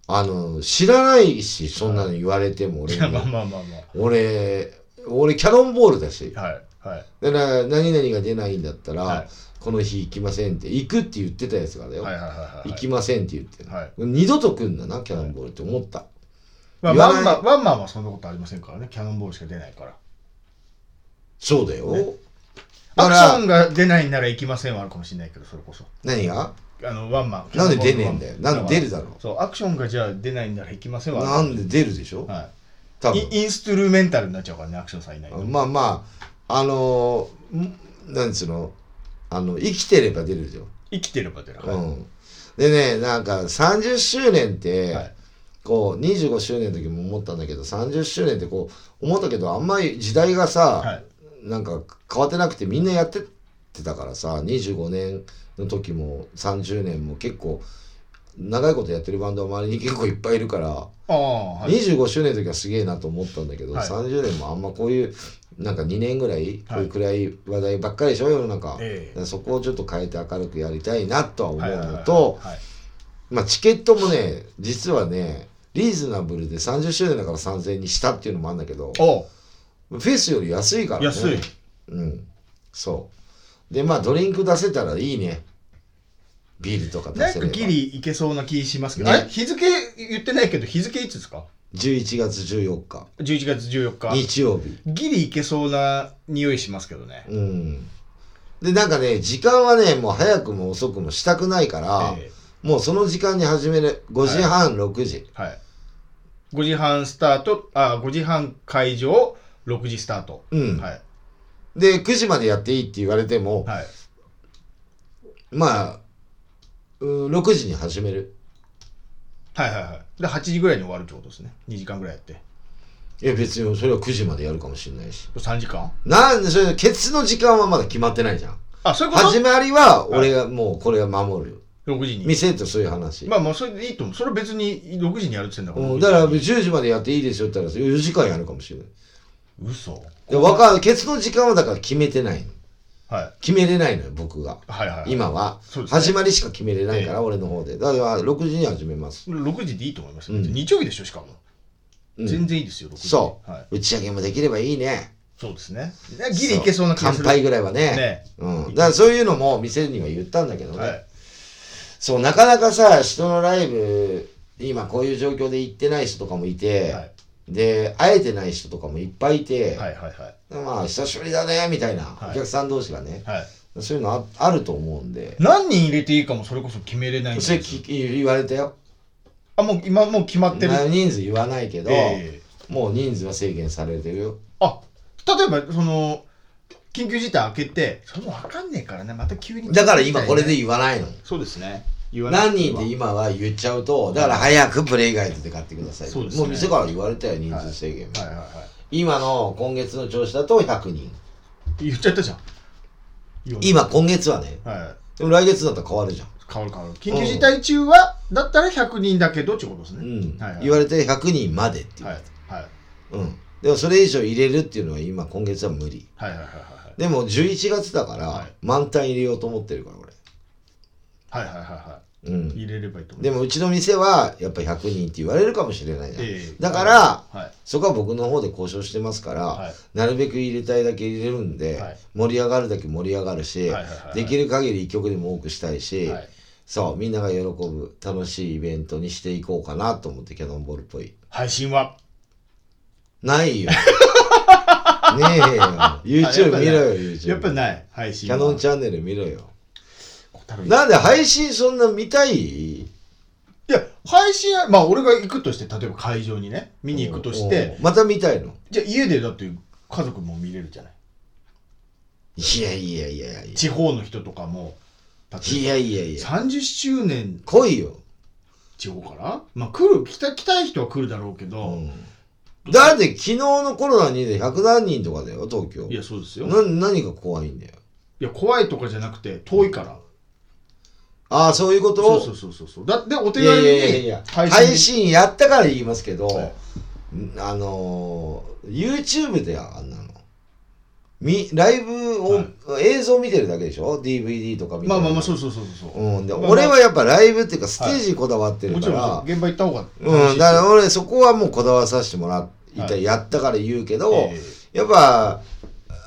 あの知らないしそんなの言われてもい、俺いにやまあまあまあま俺俺キャノンボールだしあはいはいだから何々が出ないんだったら、はいこの日行きませんって行くって言ってたやつがだよ、はいはいはいはい行きませんって言ってる、はい二度と来んだなキャノンボールって思った、まあ、言わワないンマンワンマンはそんなことありませんからねキャノンボールしか出ないからそうだよ、ねだかアクらションが出ないなら行きませんはあるかもしれないけどそれこそ何があのワンマンなんで出ねえんだよなんで出るだろそうアクションがじゃあ出ないなら行きませんはなあるんで出るでしょ、は多い、分インインストゥルメンタルになっちゃうからねアクションさんいないとまあまああのーんなんつうのあの生きてれば出るでしょ、生きてれば出る、はいうんでねなんか30周年って、はいこう25周年の時も思ったんだけど30周年ってこう思ったけどあんまり時代がさ、はいなんか変わってなくてみんなやってってたからさ25年の時も30年も結構長いことやってるバンドは周りに結構いっぱいいるから、ああはい25周年の時はすげえなと思ったんだけど、はい30年もあんまこういうなんか2年ぐらいこういう暗い話題ばっかりでしょ世の中、ええだからそこをちょっと変えて明るくやりたいなとは思はいはいうはいはのいとはいまあチケットもね実はねリーズナブルで30周年だから3000円にしたっていうのもあるんだけどおうフェスより安いからね安いうん。そう。で、まあ、ドリンク出せたらいいね。ビールとか出なんせれかば。ギリいけそうな気しますけど、ねあれ日付言ってないけど日付いつですか11月14日、 11月14日日曜日。ギリいけそうな匂いしますけどね、うん。で、なんかね、時間はね、もう早くも遅くもしたくないから、ええもうその時間に始める。5時半、6時。はい。5時半スタート、あ、5時半会場、6時スタート。うんはい。で、9時までやっていいって言われても、はい。まあ、うん6時に始める。はいはいはい。で、8時ぐらいに終わるってことですね。2時間ぐらいやって。いや、別にそれは9時までやるかもしれないし。 3時間なんで、それ、ケツの時間はまだ決まってないじゃん。あ、そういうこ始とまりは、俺がもうこれは守るよ。 ?6 時に。店とそういう話、まあまあ、それでいいと思う。それ別に6時にやるって言ってんだから。うん、だから6時に10時までやっていいですよって言ったら4時間やるかもしれない嘘。でわかるケツの時間はだから決めてないのはい。決めれないのよ僕がはいはいはい。。今は、そうですね始まりしか決めれないから、ええ俺の方でだから6時に始めます、 6時でいいと思います。うん日曜日でしょ、しかも。うん全然いいですよ、6時。そう、はい。打ち上げもできればいいねそうですね。ねギリいけそうな気がす乾杯る。ぐらいはねねうん、だからそういうのも店には言ったんだけどね、はい。そうなかなかさ人のライブ今こういう状況で行ってない人とかもいて、はいで会えてない人とかもいっぱいいて、はいはいはい。まあ久しぶりだねみたいな、はいお客さん同士がね、はい。そういうのああると思うんで、何人入れていいかもそれこそ決めれないんですそれ聞き言われたよあもう今もう決まってる、な人数言わないけど、ええもう人数は制限されてるよあ例えばその緊急事態開けてその分かんねえからねまた急にだから今これでい言わないのそうですね言わない何人で今は言っちゃうとだから早くプレイガイドで買ってください、そうですねもう店から言われたよ人数制限、はいはいは今の今月の調子だと100人い言っちゃったじゃん言わない今今月はねはいでも来月だったら変わるじゃん、変わる変わる緊急事態中は、だったら100人だけどってことですね、うんはいはい、言われて100人までっていう、はいはいうん、でもそれ以上入れるっていうのは今今月は無理はいはいはいはいでも11月だから、はい満タン入れようと思ってるから俺はいはいはいはうい入んれればいいと思いでまもうちの店はやっぱ100人って言われるかもしれないじすゃん、ええだから、はいそこは僕の方で交渉してますから、はいなるべく入れたいだけ入れるんで、はい盛り上がるだけ盛り上がるし、はいはいはいはいできる限り一曲でも多くしたいし、はいそうみんなが喜ぶ楽しいイベントにしていこうかなと思ってキャノンボールっぽい *laughs* 配信はないよねえよ YouTube 見ろよ YouTube やっぱない配信キはャノンチャンネル見ろよ小太郎いなんで配信そんな見たいや配信はまあ俺が行くとして例えば会場にね見に行くとしておうまた見たいのじゃあ家でだって家族も見れるじゃないいやいやいやいや地方の人とかも例いえやいやいばや30周年来いよ、地方からまあ来る来た来たい人は来るだろうけど、うんだって昨日のコロナにで100何人とかだよ東京いやそうですよな何が怖いんだよいや怖いとかじゃなくて遠いからああそういうことそうそうそうそうそうだってお手いや軽いにやいやいや配信やったから言いますけど、はいあのー YouTube であんなのみライブを、映像見てるだけでしょ DVD とか見てまあまあまあうそうそうそうそうそう、うん、でまあまあ俺はやっぱライブっていうかステージこだわってるもかちら、ろん現場行った方がうん、だから俺そこはもうこだわらさせてもらいた、はいいやったから言うけど、えやっぱ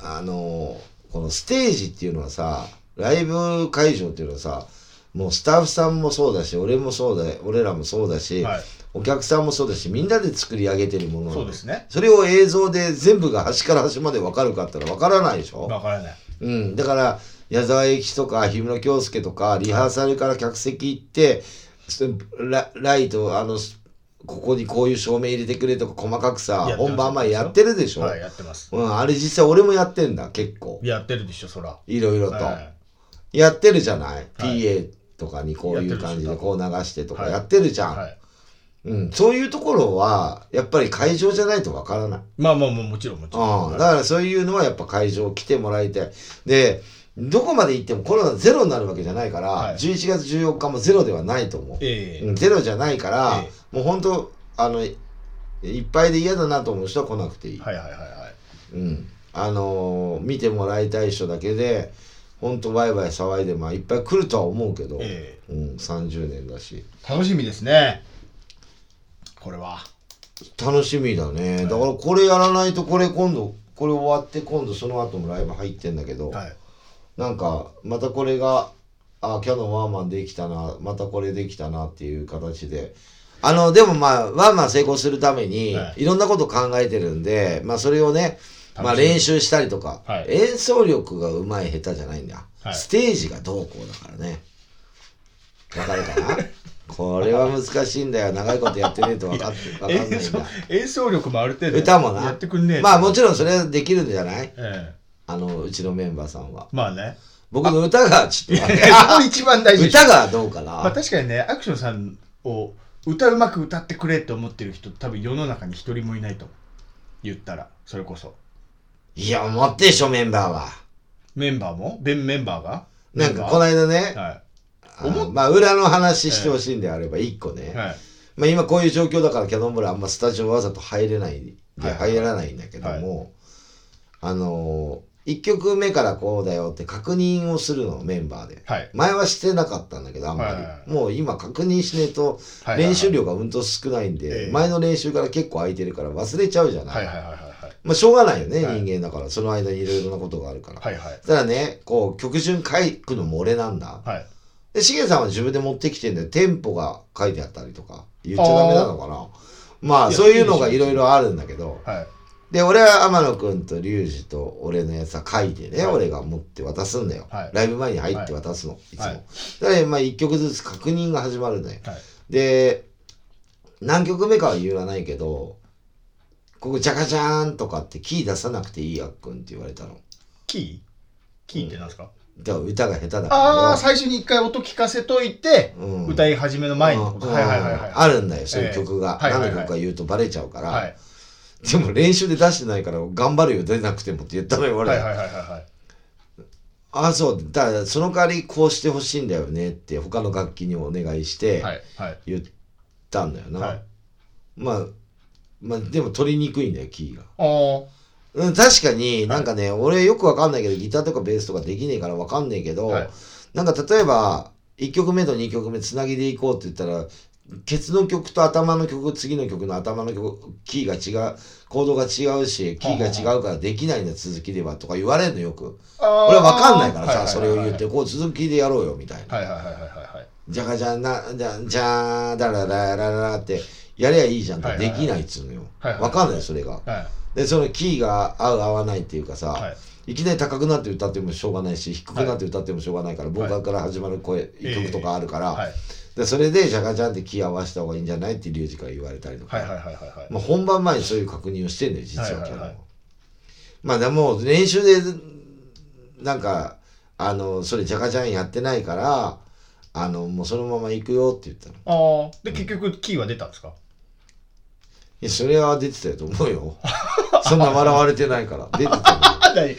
あのこのステージっていうのはさライブ会場っていうのはさもうスタッフさんもそうだし俺もそうだ俺らもそうだえし、はい、お客さんもそうだしみんなで作り上げてるものなのそうですねそれを映像で全部が端から端まで分かるかって言ったら分からないでしょ、わからないうん、だから矢沢永吉とか氷室京介とかリハーサルから客席行って、そラライトあのすここにこういう照明入れてくれとか細かくさやってます本番前やってるでしょ、はいやってますうん、あれ実際俺もやってんだ結構やってるでしょそらいろいろと、はやってるじゃない、はい PA とかにこういう感じやでってるでしこょう流してとかはいやってるじいゃん、はいうん、そういうところはやっぱり会場じゃないとわからないまあまあまあもちろんもちろんうん、だはからそういうのはやっぱ会場来てもらいたい。で、どこまで行ってもコロナゼロになるわけじゃないから、はい11月14日もゼロではないと思うい。ええうんゼロじゃないから、えもう本当あの、いいっぱいで嫌だなと思う人は来なくていい。はいはいはいはいうん。あのー見てもらいたい人だけで、本当ワイワイ騒いで、まあいっぱい来るとは思うけど、えうん、30年だし。え楽しみですねこれは楽しみだね。だからこれやらないと、これ今度、これ終わって今度その後もライブ入ってんだけど、はいなんかまたこれがあキャノンワーマンできたなまたこれできたなっていう形であのでもまあワーマン成功するために、、はいろんなこと考えてるんでまあそれをねまあ楽しみ練習したりとか、はい演奏力がうまい下手じゃないんだ、はいステージがどうこうだからねわかるか *laughs* なこれは難しいんだよ長いことやってねえと分かって分かんないん演奏だ *laughs* 演奏力もある程度歌もなやってくんねえまあもちろん、ろんそれはできるんじゃないええあのうちのメンバーさんはまあね僕の歌がちょっとそこ一番大事歌がどうかな、まあ確かにねアクションさんを歌うまく歌ってくれって思ってる人多分世の中に一人もいないと思う言ったらそれこそいや思ってでしょメンバーはメンバーもでメンバーがなんかこのい間ね、はあ思っまあ裏の話してほしいんであれば1個ね、いはいまあ、今こういう状況だからキャノンボールあんまスタジオわざと入れないで、はい入らないんだけども、あの1曲目からこうだよって確認をするのメンバーではい前はしてなかったんだけどあんまり、はいはいはいもう今確認しねえとはい練習量がうんと少ないんで、ええ前の練習から結構空いてるから忘れちゃうじゃない、はいはいはいはいまあしょうがないよね、はい人間だからその間にいろいろなことがあるから、はいはいただね、こう、曲順書くのも俺なんだ。はいで、しげさんは自分で持ってきてんだよ。テンポが書いてあったりとか。言っちゃダメなのかな。まあ、いやそういうのがいいいでしょろいろあるんだけど。はいで、俺は天野くんと龍二と俺のやつは書いてね、はい俺が持って渡すんだよ。はいライブ前に入って渡すの、い、つも。はいだから、まあ、一曲ずつ確認が始まるんだよ。はいで、何曲目かは言わないけど、ここ、ジャカジャーンとかってキー出さなくていいやっくんって言われたの。キーキーってなんですか、だから歌が下手だからよ。ああ最初に一回音聞かせといて、うん歌い始めの前にってことうんはいはいはいはいあるんだよそういう曲が、ええはいはいはい何の曲か言うとバレちゃうから、はいでも練習で出してないから頑張るよ出なくてもって言ったのよ俺、はいはいはいはいはいああそうだからその代わりこうしてほしいんだよねって他の楽器にお願いしてはいはい言ったんだよな、はいまあまあでも取りにくいんだよキーが。あーうん、確かになんかね、俺よくわかんないけどギターとかベースとかできねえからわかんねえけど、はいなんか例えば1曲目と2曲目つなぎでいこうって言ったらケツの曲と頭の曲次の曲の頭の曲キーが違うコードが違うしキーが違うからできないんだ続きではとか言われるのよくあ俺わかんないからさ、はそれを言ってはこう続きでやろうよみたいな、いはいはいはいはいはいじゃかじゃんなじゃんじゃーんだらららららってやりゃいいじゃんってはいはいではきいないっつうのよ、はいはいはいわかんないそれがはいでそのキーが合う合わないっていうかさ、はいい、きなり高くなって歌ってもしょうがないし低くなって歌ってもしょうがないから、ボーカルから始まる声、ええ曲とかあるから、はいでそれでシャカちゃんってキー合わせた方がいいんじゃないってリュウジから言われたりとか、はいはいはいはいはいまあ、本番前にそういう確認をしてんだよ実は今日も、はいはいはいまあでも練習でなんかあのそれジャカジャンやってないからあのもうそのまま行くよって言ったのいあーで結局キーは出たんですかやそれは出てたよと思う *laughs* よそんな笑われてないから出てたよあだい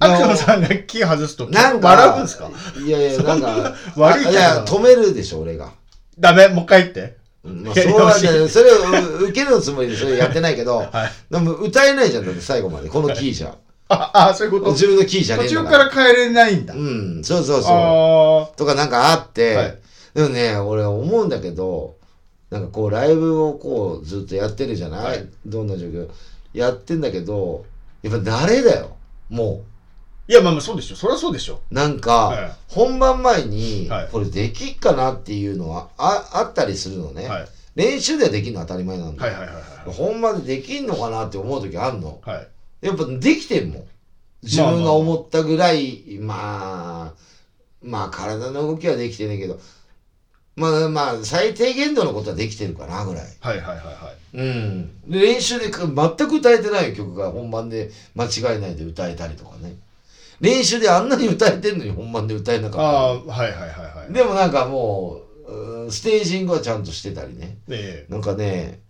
アクションさんがキー外すとなんか笑うんですかいやいやなんかそんな悪いキャラあいや止めるでしょ俺が、ダメもう一回言ってうんまあ、そうなんだいやいよそれを受けるつもりでそれやってないけど、 *laughs* はいでも歌えないじゃんだって最後までこのキーじゃんああそういうこと自分のキーじゃねえ途んだ中かからら変えれないんだうんそうそうそうあとかなんかあって、はいでもね俺思うんだけどなんかこうライブをこうずっとやってるじゃない、はいどんな状況やってんだけどやっぱ慣れだよもーいやまあまあそうでしょそりゃそうでしょうなんか、はい本番前にはいこれできっかなっていうのはああったりするのね、はい練習ではできるのは当たり前なんだはいよ、はいはいはい本番でできんのかなって思う時あるのはいはいやっぱできてんもん自分が思ったぐらいまあまあ、体の動きはできてねえけどまあまあ最低限度のことはできてるかなぐらいはいはいはいはいうんで練習でか全く歌えてない曲が本番で間違えないで歌えたりとかね練習であんなに歌えてんのに本番で歌えなあかっーはいはいはいはたいでもなんかもううんステージングはちゃんとしてたりねえなんかね、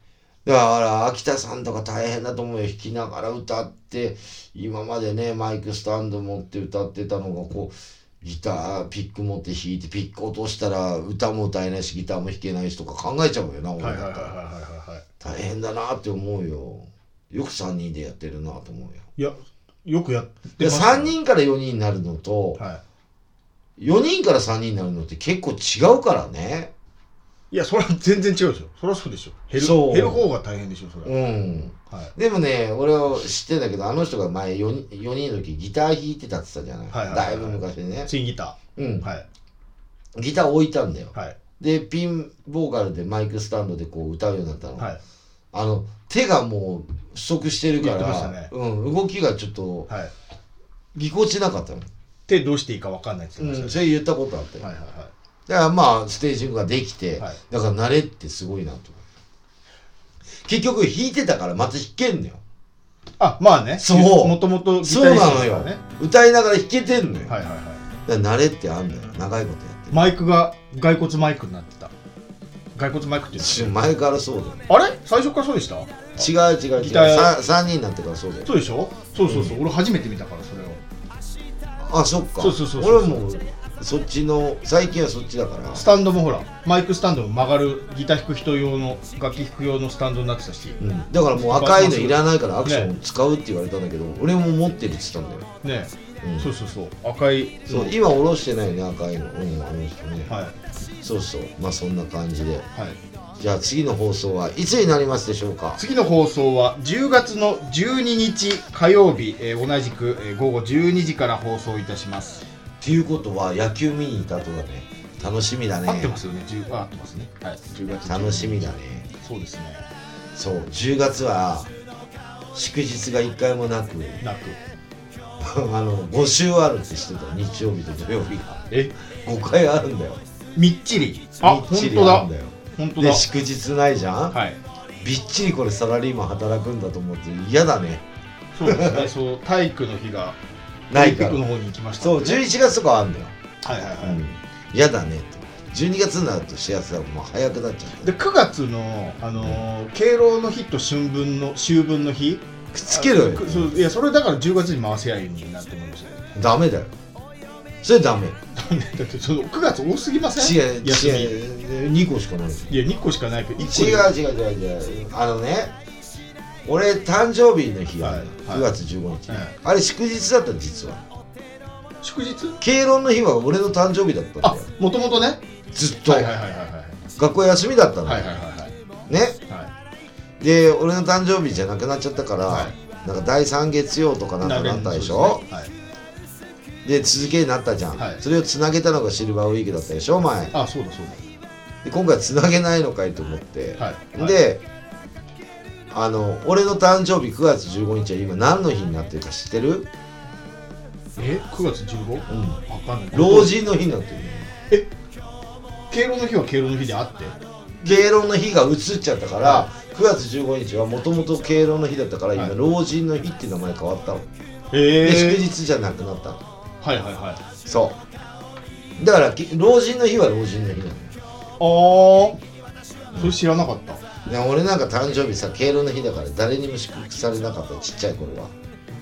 だから秋田さんとか大変だと思うよ。弾きながら歌って、今までね、マイクスタンド持って歌ってたのが、こう、ギター、ピック持って弾いて、ピック落としたら歌も歌えないし、ギターも弾けないしとか考えちゃうよな、え俺はいはいだはいっはたいら。はいはい大変だなって思うよ。よく3人でやってるなと思うよ。いやよくやってで、ます3人から4人になるのと、は4人から3人になるのって結構違うからね。いいやそれは全然違うでしょそりゃそうでしょ減るそう減る方が大変でしょそれはうん。はいでもね、俺を知ってんだけど、あの人が前4人 ,4 人の時ギター弾いてたって言ったじゃない,、はいはいはいだいぶ昔にね。ツインギタうんー。はいギター置いたんだよ。はいで、ピンボーカルでマイクスタンドでこう歌うようになったの。はいあの、手がもう不足してるか言ってましら、たねうん、動きがちょっとはいぎこちなかったの。でどうしていいかわかんないって言ってうまん、したそれ言ったことあったよ。ねはいはいはいだからまあ、ステージングができて、はいだから慣れってすごいなと。結局弾いてたからまた弾けんのよ。あまあねそうもともとギタそうリスなトのですよからね。歌いながら弾けてんのよ。はいはいはいだから慣れってあんだよ。長いことやってる。マイクが骸骨マイクになってた骸骨マイクって言ちうょの前からそうだよあれ最初からそうでした違う違う違うギターさ三人になってからそうだよそうでしょそうそうそう俺初めて見たからそれをあそっかそうそうそうそう俺もそっちの最近はそっちだからスタンドもほらマイクスタンドも曲がるギター弾く人用の楽器弾く用のスタンドになってたしうん、だからもう赤いのいらないからアクションを使うって言われたんだけど、俺も持ってるって言ったんだよ、ねうん、そうそうそう赤いそう今下ろしてないね赤いのうんあの人ね、はいそうそうまあそんな感じではいじゃあ次の放送はいつになりますでしょうか次の放送は10月の12日火曜日、えー同じく、えー午後12時から放送いたします、っていうことは野球見に行った後だね楽しみだね合ってますよね10あ合ってますねはい10月12楽しみだねそうですねそう10月は祝日が一回もなく *laughs* なくあの5週あるって知ってた日曜日と土曜日がえ5回あるんだよみっちりあみっち本り当あるんだだよ本当だで祝日ないじゃん、はいびっちりこれサラリーマン働くんだと思って嫌だねそうで *laughs* すねそう体育の日がなオいリンピかッらクの方に行きましたそうはい11月とかはあるんだよ、はいはい、うん嫌だねと12月になると4月だもう早くなっちゃってで9月の、あのー敬老の日と春分の秋分の日くっつけろよあくそういやそれだから10月に回せやいいのになって思いましたねダメだよそれダメ *laughs* だってその9月多すぎません違う休み違う2個しかないよいや2個しかないけど1個違う違う違う違うあのね俺誕生日の日は、ねはい9月15日、はいあれ祝日だったの実は祝日敬老の日は俺の誕生日だったんだあよもともとねずっと、はいはいはいはい学校休みだったの、はいはいはいはいねはで俺の誕生日じゃなくなっちゃったから、はなんか第3月曜とかいなんかなったでしそうょすねはいで,、続けになったじゃん、はいそれをつなげたのがシルバーウィークだったでしょ前あそうだそうで今回つなげないのかいと思って、だはいはいであの俺の誕生日9月15日は今何の日になってるか知ってるえ9月 15? うんわかんない老人の日になってる敬老の日は敬老の日であって敬老の日が移っちゃったから9月15日はもともと敬老の日だったから今はい老人の日って名前変わったの、でへ祝日じゃなくなったのはいはいはいそうだからき老人の日は老人の日なのよああそれ知らなかったね俺なんか誕生日さ敬老の日だから誰にも祝福されなかったちっちゃい頃は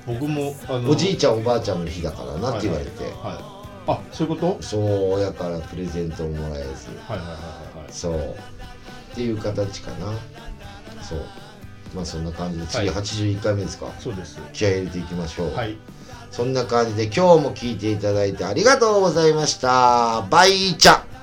僕もあのおじいちゃんおばあちゃんの日だからなって言われて、はいあそういうことそう親からプレゼントをもらえずはいはいはいはいはいそうっていう形かなそうまあそんな感じで次はい81回目ですか、そうです気合い入れていきましょう、はいそんな感じで今日も聞いていただいてありがとうございましたバイチャ